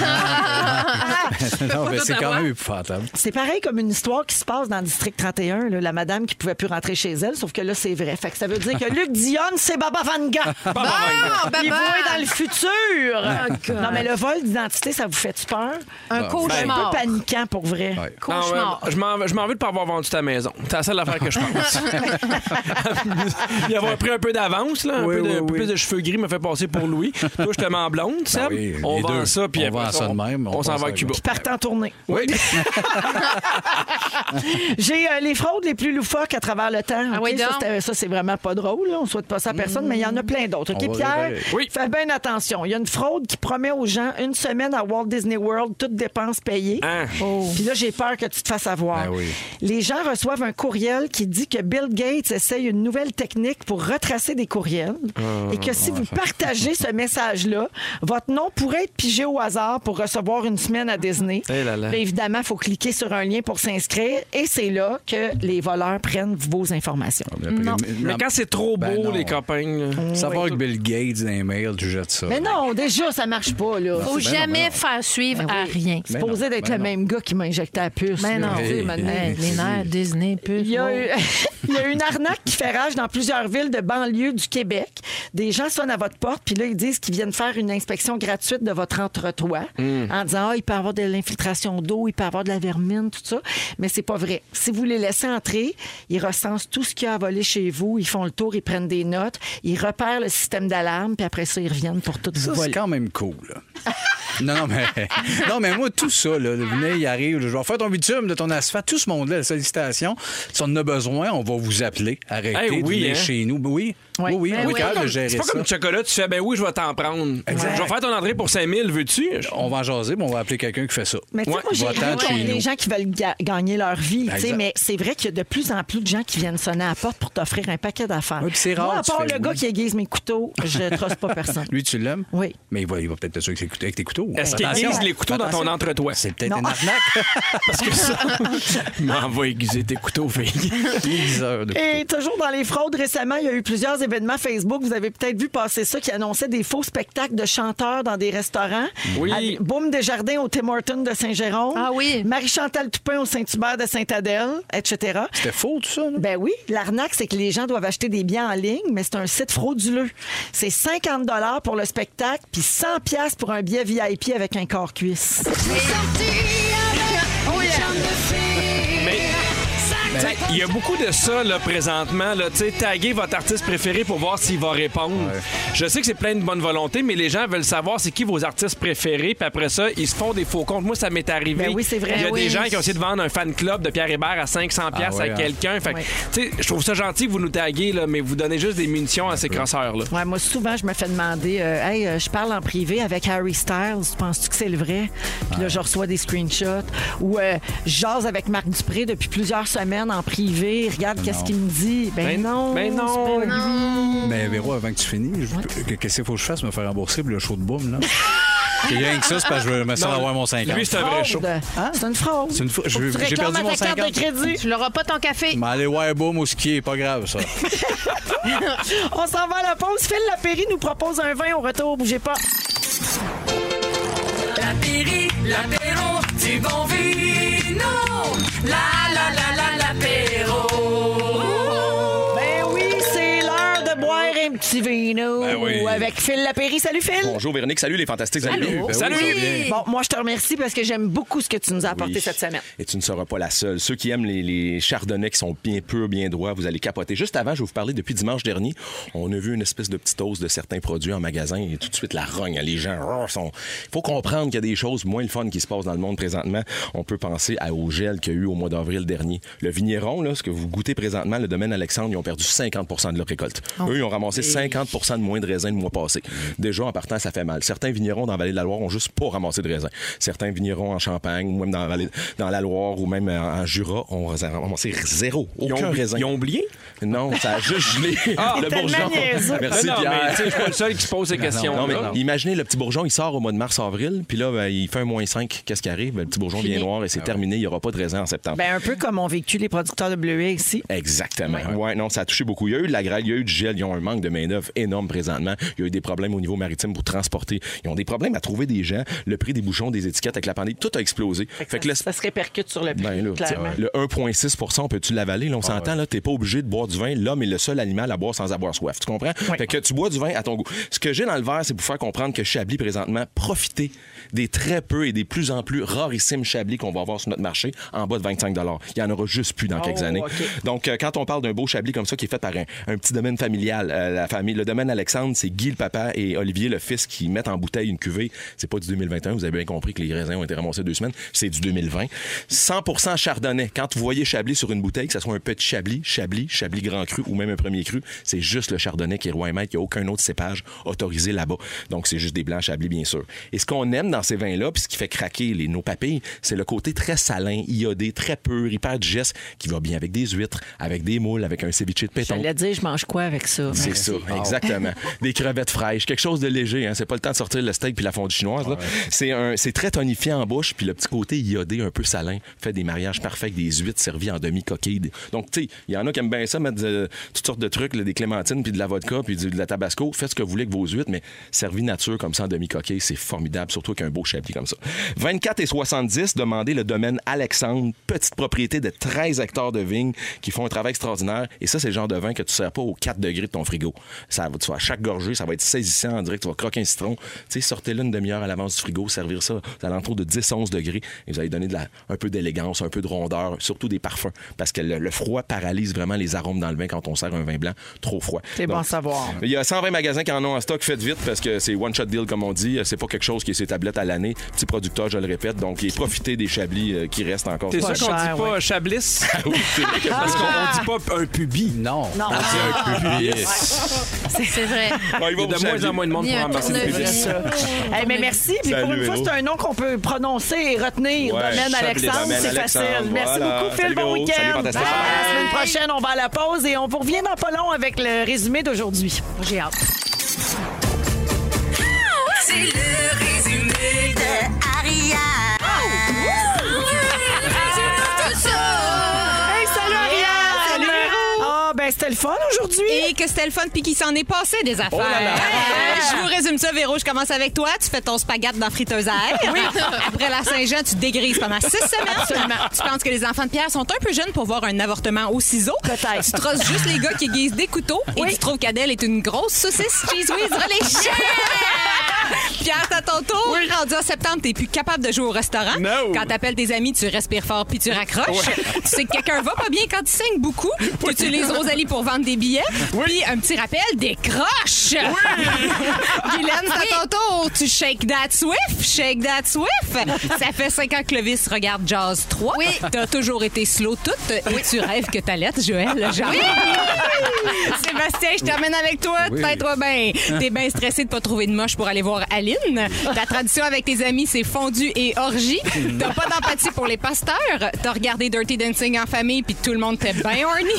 A: Ah!
F: non,
A: Pas
F: mais
A: tout
F: c'est quand
A: avoir.
F: même épouvantable.
A: C'est pareil comme une histoire qui se passe dans le district 31, là, la madame qui pouvait plus rentrer chez elle, sauf que là, c'est vrai. Fait que ça veut dire que Luc Dionne, c'est Baba Vanga.
M: Baba Vanga.
A: Il
M: Baba.
A: voit dans le futur.
M: Oh, God.
A: non, mais le vol d'identité, ça vous fait peur?
B: Un
A: Ben,
B: cauchemar.
A: C'est un peu paniquant pour vrai.
B: Non, ouais, je m'en- je m'en veux de pas avoir vendu ta maison. C'est la seule affaire que je pense. Il avoir pris un peu d'avance, là, un
F: Oui,
B: peu de,
F: oui,
B: un peu
F: oui. Ben
B: plus de cheveux gris m'a fait passer pour Louis. Toi, je te mets en blonde, Seb.
F: oui,
B: on
F: les
B: vend
F: deux.
B: ça, puis
F: On
B: après
F: vend ça de même, on
B: On, s'en
F: pense
B: va à
F: à
B: Cuba.
A: Puis partent en tournée.
B: Oui.
A: J'ai euh, les fraudes les plus loufoques à travers le temps. ok?
D: Ah oui,
A: ça,
D: donc. Mm.
A: c'était- ça, c'est vraiment pas drôle. là. On souhaite pas ça à personne, mais il y en a plein d'autres.
M: On
A: OK,
M: va
A: Pierre,
M: réparer.
A: fais bien attention. Il y a une fraude qui promet aux gens une semaine à Walt Disney World, toutes dépenses payées.
M: Hein?
D: Oh.
A: Puis là, j'ai peur que tu te fasses avoir.
M: Ben
A: Les gens reçoivent un courriel qui dit que Bill Gates essaye une nouvelle technique pour retracer des courriels
M: Euh,
A: et que si
M: ouais.
A: vous partagez ce message-là, votre nom pourrait être pigé au hasard pour recevoir une semaine à Disney.
B: Eh là là.
A: Puis évidemment, il faut cliquer sur un lien pour s'inscrire et c'est là que les voleurs prennent vos informations.
B: Mais quand c'est trop beau,
F: Ben non.
B: les campagnes.
F: Savoir que Bill Gates dans les mails, tu jettes ça.
A: Mais non, déjà, ça marche pas. Là.
D: Faut Ben non, jamais ben non. faire suivre à rien.
A: C'est supposé
D: Ben non,
A: d'être
D: ben
A: le
D: non.
A: même gars qui m'a injecté la puce.
D: Mais
A: là.
D: non,
A: Hey.
D: Dieu, maintenant,
A: Hey.
D: les nerfs Disney, puce.
A: Ben Il y, a eu- il y a une arnaque qui fait rage dans plusieurs villes de banlieue du Québec. Des gens sonnent à votre porte, puis là, ils disent qu'ils viennent faire une inspection gratuite de votre entretoit
F: Hmm.
M: Mm.
A: en disant Ah, il peut y avoir de l'infiltration d'eau, il peut y avoir de la vermine, tout ça. Mais c'est pas vrai. Si vous les laissez entrer, ils recensent tout ce qu'il y a à voler chez vous, ils font le tour, ils prennent des notes, ils repèrent le système d'alarme, puis après ça, ils reviennent pour tout vous
F: Ça, c'est
A: voler.
F: quand même cool. là. non, non, mais, non, mais moi, tout ça, là, le venez, il arrive, je vais faire ton bitume de ton asphalte, tout ce monde-là, la sollicitation. Si on en a besoin, on va vous appeler. Arrêtez
B: Eh
F: de
B: oui,
F: venir
B: hein.
F: chez nous. Oui, oui, oui,
A: Ben
F: on
B: c'est
F: est
B: pas
F: capable de
B: comme-
F: gérer
B: c'est pas
F: ça.
B: comme le chocolat, tu fais, ben oui, je vais t'en prendre. Je vais faire ton entrée pour 5000, veux-tu?
F: On va en jaser, mais on va appeler quelqu'un qui fait ça.
A: Mais tu sais,
F: Ouais.
A: moi, j'ai
F: Va-t'en
A: rien
F: chez
A: contre
F: nous.
A: les gens qui veulent ga- gagner leur vie, tu sais,
F: Exact.
A: mais c'est vrai qu'il y a de plus en plus de gens qui viennent sonner à la porte pour t'offrir un paquet d'affaires.
F: Ouais, puis c'est rare,
A: Moi, à
F: tu
A: part
F: fais
A: le
F: oui.
A: gars qui aiguise mes couteaux, je trosse pas personne.
F: Lui, tu l'aimes?
A: Oui.
F: Mais il va, il va peut-être te tuer avec ses couteaux- avec tes couteaux.
B: Est-ce qu'il
F: Attention.
B: aiguise les couteaux dans ton
F: Attention.
B: entretoit? C'est
F: peut-être une arnaque.
B: Parce que ça, m'en va aiguiser tes couteaux, fille. Eh,
F: Aiguiseur de
A: Et toujours dans les fraudes, récemment, il y a eu plusieurs événements Facebook. Vous avez peut-être vu passer ça qui annonçait des faux spectacles de chanteurs dans des restaurants.
M: Oui.
A: Avec Boum Desjardins au Tim Hortons de Saint-Jérôme. Ah oui. Marie-Chantal Toupin au Saint-Hubert de Sainte-Adèle, etc.
F: C'était faux, tout ça,
A: Ben oui. L'arnaque, c'est que les gens doivent acheter des biens en ligne, mais c'est un site frauduleux. C'est 50 pour le spectacle, puis 100 pour un billet VIP avec un corps-cuisse.
B: T'sais, Il y a beaucoup de ça là, présentement. Là, T'sais, taguer votre artiste préféré pour voir s'il va répondre. Je sais que c'est plein de bonne volonté, mais les gens veulent savoir c'est qui vos artistes préférés. Puis après ça, ils se font des faux comptes. Moi, ça m'est arrivé.
A: Ben oui, c'est vrai.
B: Il y a
A: Ben
B: des
A: oui.
B: gens qui ont essayé de vendre un fan club de Pierre Hébert à 500
F: Ah
B: pièces
F: ouais,
B: à
F: hein.
B: quelqu'un. Fait que,
A: Ouais.
B: t'sais, je trouve ça gentil que vous nous taguez, là, mais vous donnez juste des munitions à ces crosseurs. Là.
A: Ouais, moi, souvent, je me fais demander euh, Hey, euh, je parle en privé avec Harry Styles, penses-tu que c'est le vrai Puis là, je reçois des screenshots. Ou euh, je jase avec Marc Dupré depuis plusieurs semaines en privé, regarde
F: Ben
A: qu'est-ce
F: non.
A: qu'il me dit. Ben,
F: Ben-
A: non
F: ben non.
A: c'est pas vrai.
F: Mais Véro, avant que tu finisses, je- que- qu'est-ce qu'il faut que je fasse? Me faire rembourser pour le show de boum, là? Et rien que ça, c'est parce que je veux me
B: Non,
F: faire avoir mon 50.
B: lui, c'est un vrai show.
A: Fraude. C'est une fraude.
F: Hein? C'est une fraude.
A: Faut
F: Je-
A: que tu
F: j'ai
A: réclames
F: perdu
A: à
F: mon
A: ta carte
F: 50.
A: de crédit.
D: Tu l'auras pas ton
A: Ben
D: café.
F: Mais allez voir boum au ski, pas grave, ça.
A: On s'en va à la pause. Phil Lapéry nous propose un vin au retour. Bougez pas.
C: La Péri, l'apéro du bon vino. La la la la l'apéro.
A: Ben oui, c'est l'heure Martineau
N: Ben oui.
A: ou avec Phil Lapéry. Salut Phil!
N: Bonjour Véronique, salut les fantastiques. amis. Ben oui, ça va bien.
A: Bon, moi, je te remercie parce que j'aime beaucoup ce que tu nous as apporté
N: Oui.
A: cette semaine.
N: Et tu ne seras pas la seule. Ceux qui aiment les, les chardonnays qui sont bien purs, bien droits, vous allez capoter. Juste avant, je vais vous parler depuis dimanche dernier, on a vu une espèce de petite hausse de certains produits en magasin et tout de suite la rogne. hein, Les gens rrr, sont. Il faut comprendre qu'il y a des choses moins le fun qui se passent dans le monde présentement. On peut penser à au gel qu'il y a eu au mois d'avril dernier. Le vigneron, là, ce que vous goûtez présentement, le domaine Alexandre, ils ont perdu 50 de leur récolte.
J: Oh.
N: Eux, ils ont ramassé 50 de moins de raisins le mois passé. Déjà, en partant, ça fait mal. Certains vignerons dans la vallée de la Loire ont juste pas ramassé de raisins. Certains vignerons en Champagne, ou même dans la, vallée- dans la Loire, ou même en, en Jura, ont ramassé zéro. Aucun
B: ont-
N: raisin. Ils ont oublié? Non, ça a juste gelé.
B: Ah,
N: le
B: tellement
N: bourgeon.
B: niaiseux.
N: Merci,
B: Mais Ben Ah non,
N: Pierre.
B: mais tu sais, je suis pas le seul qui se pose ces
N: Non,
B: questions-là.
N: non, mais
B: Non.
N: imaginez, le petit bourgeon, il sort au mois de mars-avril, puis là, ben, il fait un moins 5. Qu'est-ce qui arrive? Ben, le petit bourgeon
A: Fini.
N: vient noir et
B: Ah
N: c'est terminé. Il n'y aura pas de raisin en septembre.
A: Ben, un peu comme ont vécu les producteurs de bleuets ici.
N: Exactement. Ouais. non, ça a touché beaucoup. Il y a eu de la grêle, il y a eu du gel, ils ont un manque de main-d'œuvre énorme présentement. Il y a eu des problèmes au niveau maritime pour transporter. Ils ont des problèmes à trouver des gens. Le prix des bouchons, des étiquettes avec la pandémie, tout a explosé. Fait que, là,
A: Ça se répercute sur le prix,
N: ben là,
A: clairement.
N: t'sais, le 1,6 on peut-tu l'avaler? Là, on s'entend, là, t'es pas obligé de boire du vin. L'homme est le seul animal à boire sans avoir soif. Tu comprends? Fait que tu bois du vin à ton goût. Ce que j'ai dans le verre, c'est pour faire comprendre que Chablis, présentement, profitez des très peu et des plus en plus rarissimes Chablis qu'on va avoir sur notre marché en bas de 25 Il y en aura juste plus dans
J: Oh,
N: quelques années.
J: OK.
N: Donc, euh, quand on parle d'un beau Chablis comme ça qui est fait par un, un petit domaine familial, euh, la famille, le domaine Alexandre, c'est Guy le papa et Olivier le fils qui mettent en bouteille une cuvée. C'est pas du 2021, vous avez bien compris que les raisins ont été ramassés deux semaines, c'est du 2020. 100% chardonnay. Quand vous voyez Chablis sur une bouteille, que ce soit un petit Chablis, Chablis, Chablis grand cru ou même un premier cru, c'est juste le chardonnay qui est roi et maître. Il n'y a aucun autre cépage autorisé là-bas. Donc, c'est juste des blancs Chablis, bien sûr. Et ce qu'on aime dans ces vins-là, puis ce qui fait craquer les, nos papilles, c'est le côté très salin, iodé, très pur, hyper digeste, qui va bien avec des huîtres, avec des moules, avec un ceviche de pétanque.
A: J'allais dire, je mange quoi avec ça?
N: C'est ça, exactement. Des crevettes fraîches, quelque chose de léger. Hein. C'est pas le temps de sortir le steak puis la fondue chinoise. là. C'est un- c'est très tonifiant en bouche, puis le petit côté iodé, un peu salin, fait des mariages parfaits, avec des huîtres servies en demi-coquille. Donc, tu sais, il y en a qui aiment bien ça, mettre de- toutes sortes de trucs, là, des clémentines, puis de la vodka, puis du- de la tabasco. Faites ce que vous voulez avec vos huîtres, mais servi nature comme ça en demi-coquille, c'est formidable, surtout avec un beau chablis comme ça. 24 et 70, demandez le domaine Alexandre, petite propriété de 13 hectares de vignes qui font un travail extraordinaire. Et ça, c'est le genre de vin que tu ne sers pas aux 4 degrés de ton frigo. Ça va, tu vas à chaque gorgée, ça va être saisissant en direct, tu vas croquer un citron. Tu sais, sortez-le une demi-heure à l'avance du frigo, servir ça à l'entour de 10-11 degrés et vous allez donner de la- un peu d'élégance, un peu de rondeur, surtout des parfums, parce que le, le froid paralyse vraiment les arômes dans le vin quand on sert un vin blanc trop froid.
A: C'est bon à
N: Donc,
A: savoir.
N: il y a 120 magasins qui en ont en stock. Faites vite parce que c'est one shot deal, comme on dit. C'est pas quelque chose qui est ses tablettes à l'année. Petit producteur, je le répète. Donc, et profitez des chablis euh, qui restent encore.
B: T'es
N: sur
B: sûr
N: le
B: qu'on
N: marché.
B: dit pas Chablis?
N: oui, c'est vrai que-
B: Parce qu'on dit pas un pubi.
F: Non.
B: On
N: Ah,
B: dit un pubi.
D: C'est vrai.
B: Ah. Ouais, il va Il y a de au moins Chablis. en moins de monde pour ramasser des
D: tournevis.
B: pépites.
A: Eh, mais merci. Puis pour
N: Salut,
A: une fois,
N: Véro.
A: c'est un nom qu'on peut prononcer et retenir.
N: Ouais,
A: Domaine
N: Chablis,
A: Alexandre,
N: Domaine
A: c'est
N: Alexandre,
A: facile. Merci
N: voilà.
A: beaucoup, Phil.
N: Salut,
A: Bon
N: Véro.
A: week-end.
N: Salut,
A: Bye.
N: fantastique.
A: La semaine prochaine, on va à la pause et on vous revient dans pas long avec le résumé d'aujourd'hui. J'ai hâte.
C: C'est le résumé de Ariane. tout ça.
A: Hey, salut, Ariane!
O: Salut, Véro!
A: Ah, ben, c'était le fun aujourd'hui!
O: Et que c'était le fun, puis qu'il s'en est passé des affaires.
A: là là.
O: Euh, je vous résume ça, Véro. Je commence avec toi. Tu fais ton spaghette dans la friteuse à air.
D: Oui.
O: Après la Saint-Jean, tu dégrises pendant six semaines.
D: Absolument.
O: Tu penses que les enfants de Pierre sont un peu jeunes pour voir un avortement au ciseau. Tu trosses juste les gars qui aiguisent des couteaux. Et tu trouves qu'Adèle est une grosse saucisse cheese whiz reléchée. Pierre, t'as ton tour. Rendu en septembre, t'es plus capable de jouer au restaurant. Quand t'appelles tes amis, tu respires fort puis tu raccroches.
D: Ouais.
O: Tu sais que quelqu'un va pas bien quand il saigne beaucoup. Tu utilises Rosalie pour vendre des billets. Puis un petit rappel, décroche! Guylaine, c'est à ton tour. Tu shake that swift, shake that swift. Ça fait cinq ans que Clovis regarde Jazz 3. Oui. T'as toujours été slow toute et tu rêves que t'allaites, Joël, genre. Sébastien, je t'amène avec toi.
D: Oui.
O: Peut-être bien. T'es bien stressé de pas trouver de moche pour aller voir Aline. Ta tradition avec tes amis, c'est fondu et orgie. T'as pas d'empathie pour les pasteurs. T'as regardé Dirty Dancing en famille puis tout le monde t'est bien horny.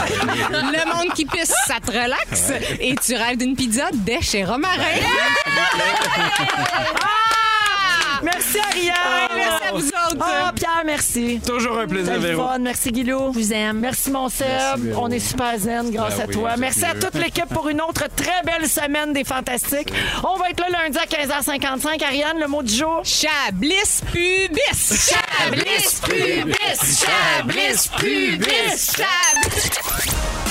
O: Le monde qui pisse, ça te relaxe. Et tu rêves d'une pizza dès chez Romarin.
A: Merci, Ariane!
O: Merci à vous vous autres.
A: Ah, Pierre, merci.
B: Toujours un plaisir,
A: C'était le
B: Véro.
A: fun. Merci, Guilou. Je vous
D: aime.
A: Merci, mon Seb.
B: Merci, Véro.
A: On est super zen grâce
B: Ben
A: à
B: oui,
A: toi.
B: c'est
A: Merci à
B: mieux.
A: toute l'équipe pour une autre très belle semaine des Fantastiques. On va être là lundi à 15h55. Ariane, le mot du jour?
O: Chablis pubis.
M: Chablis pubis. Chablis pubis.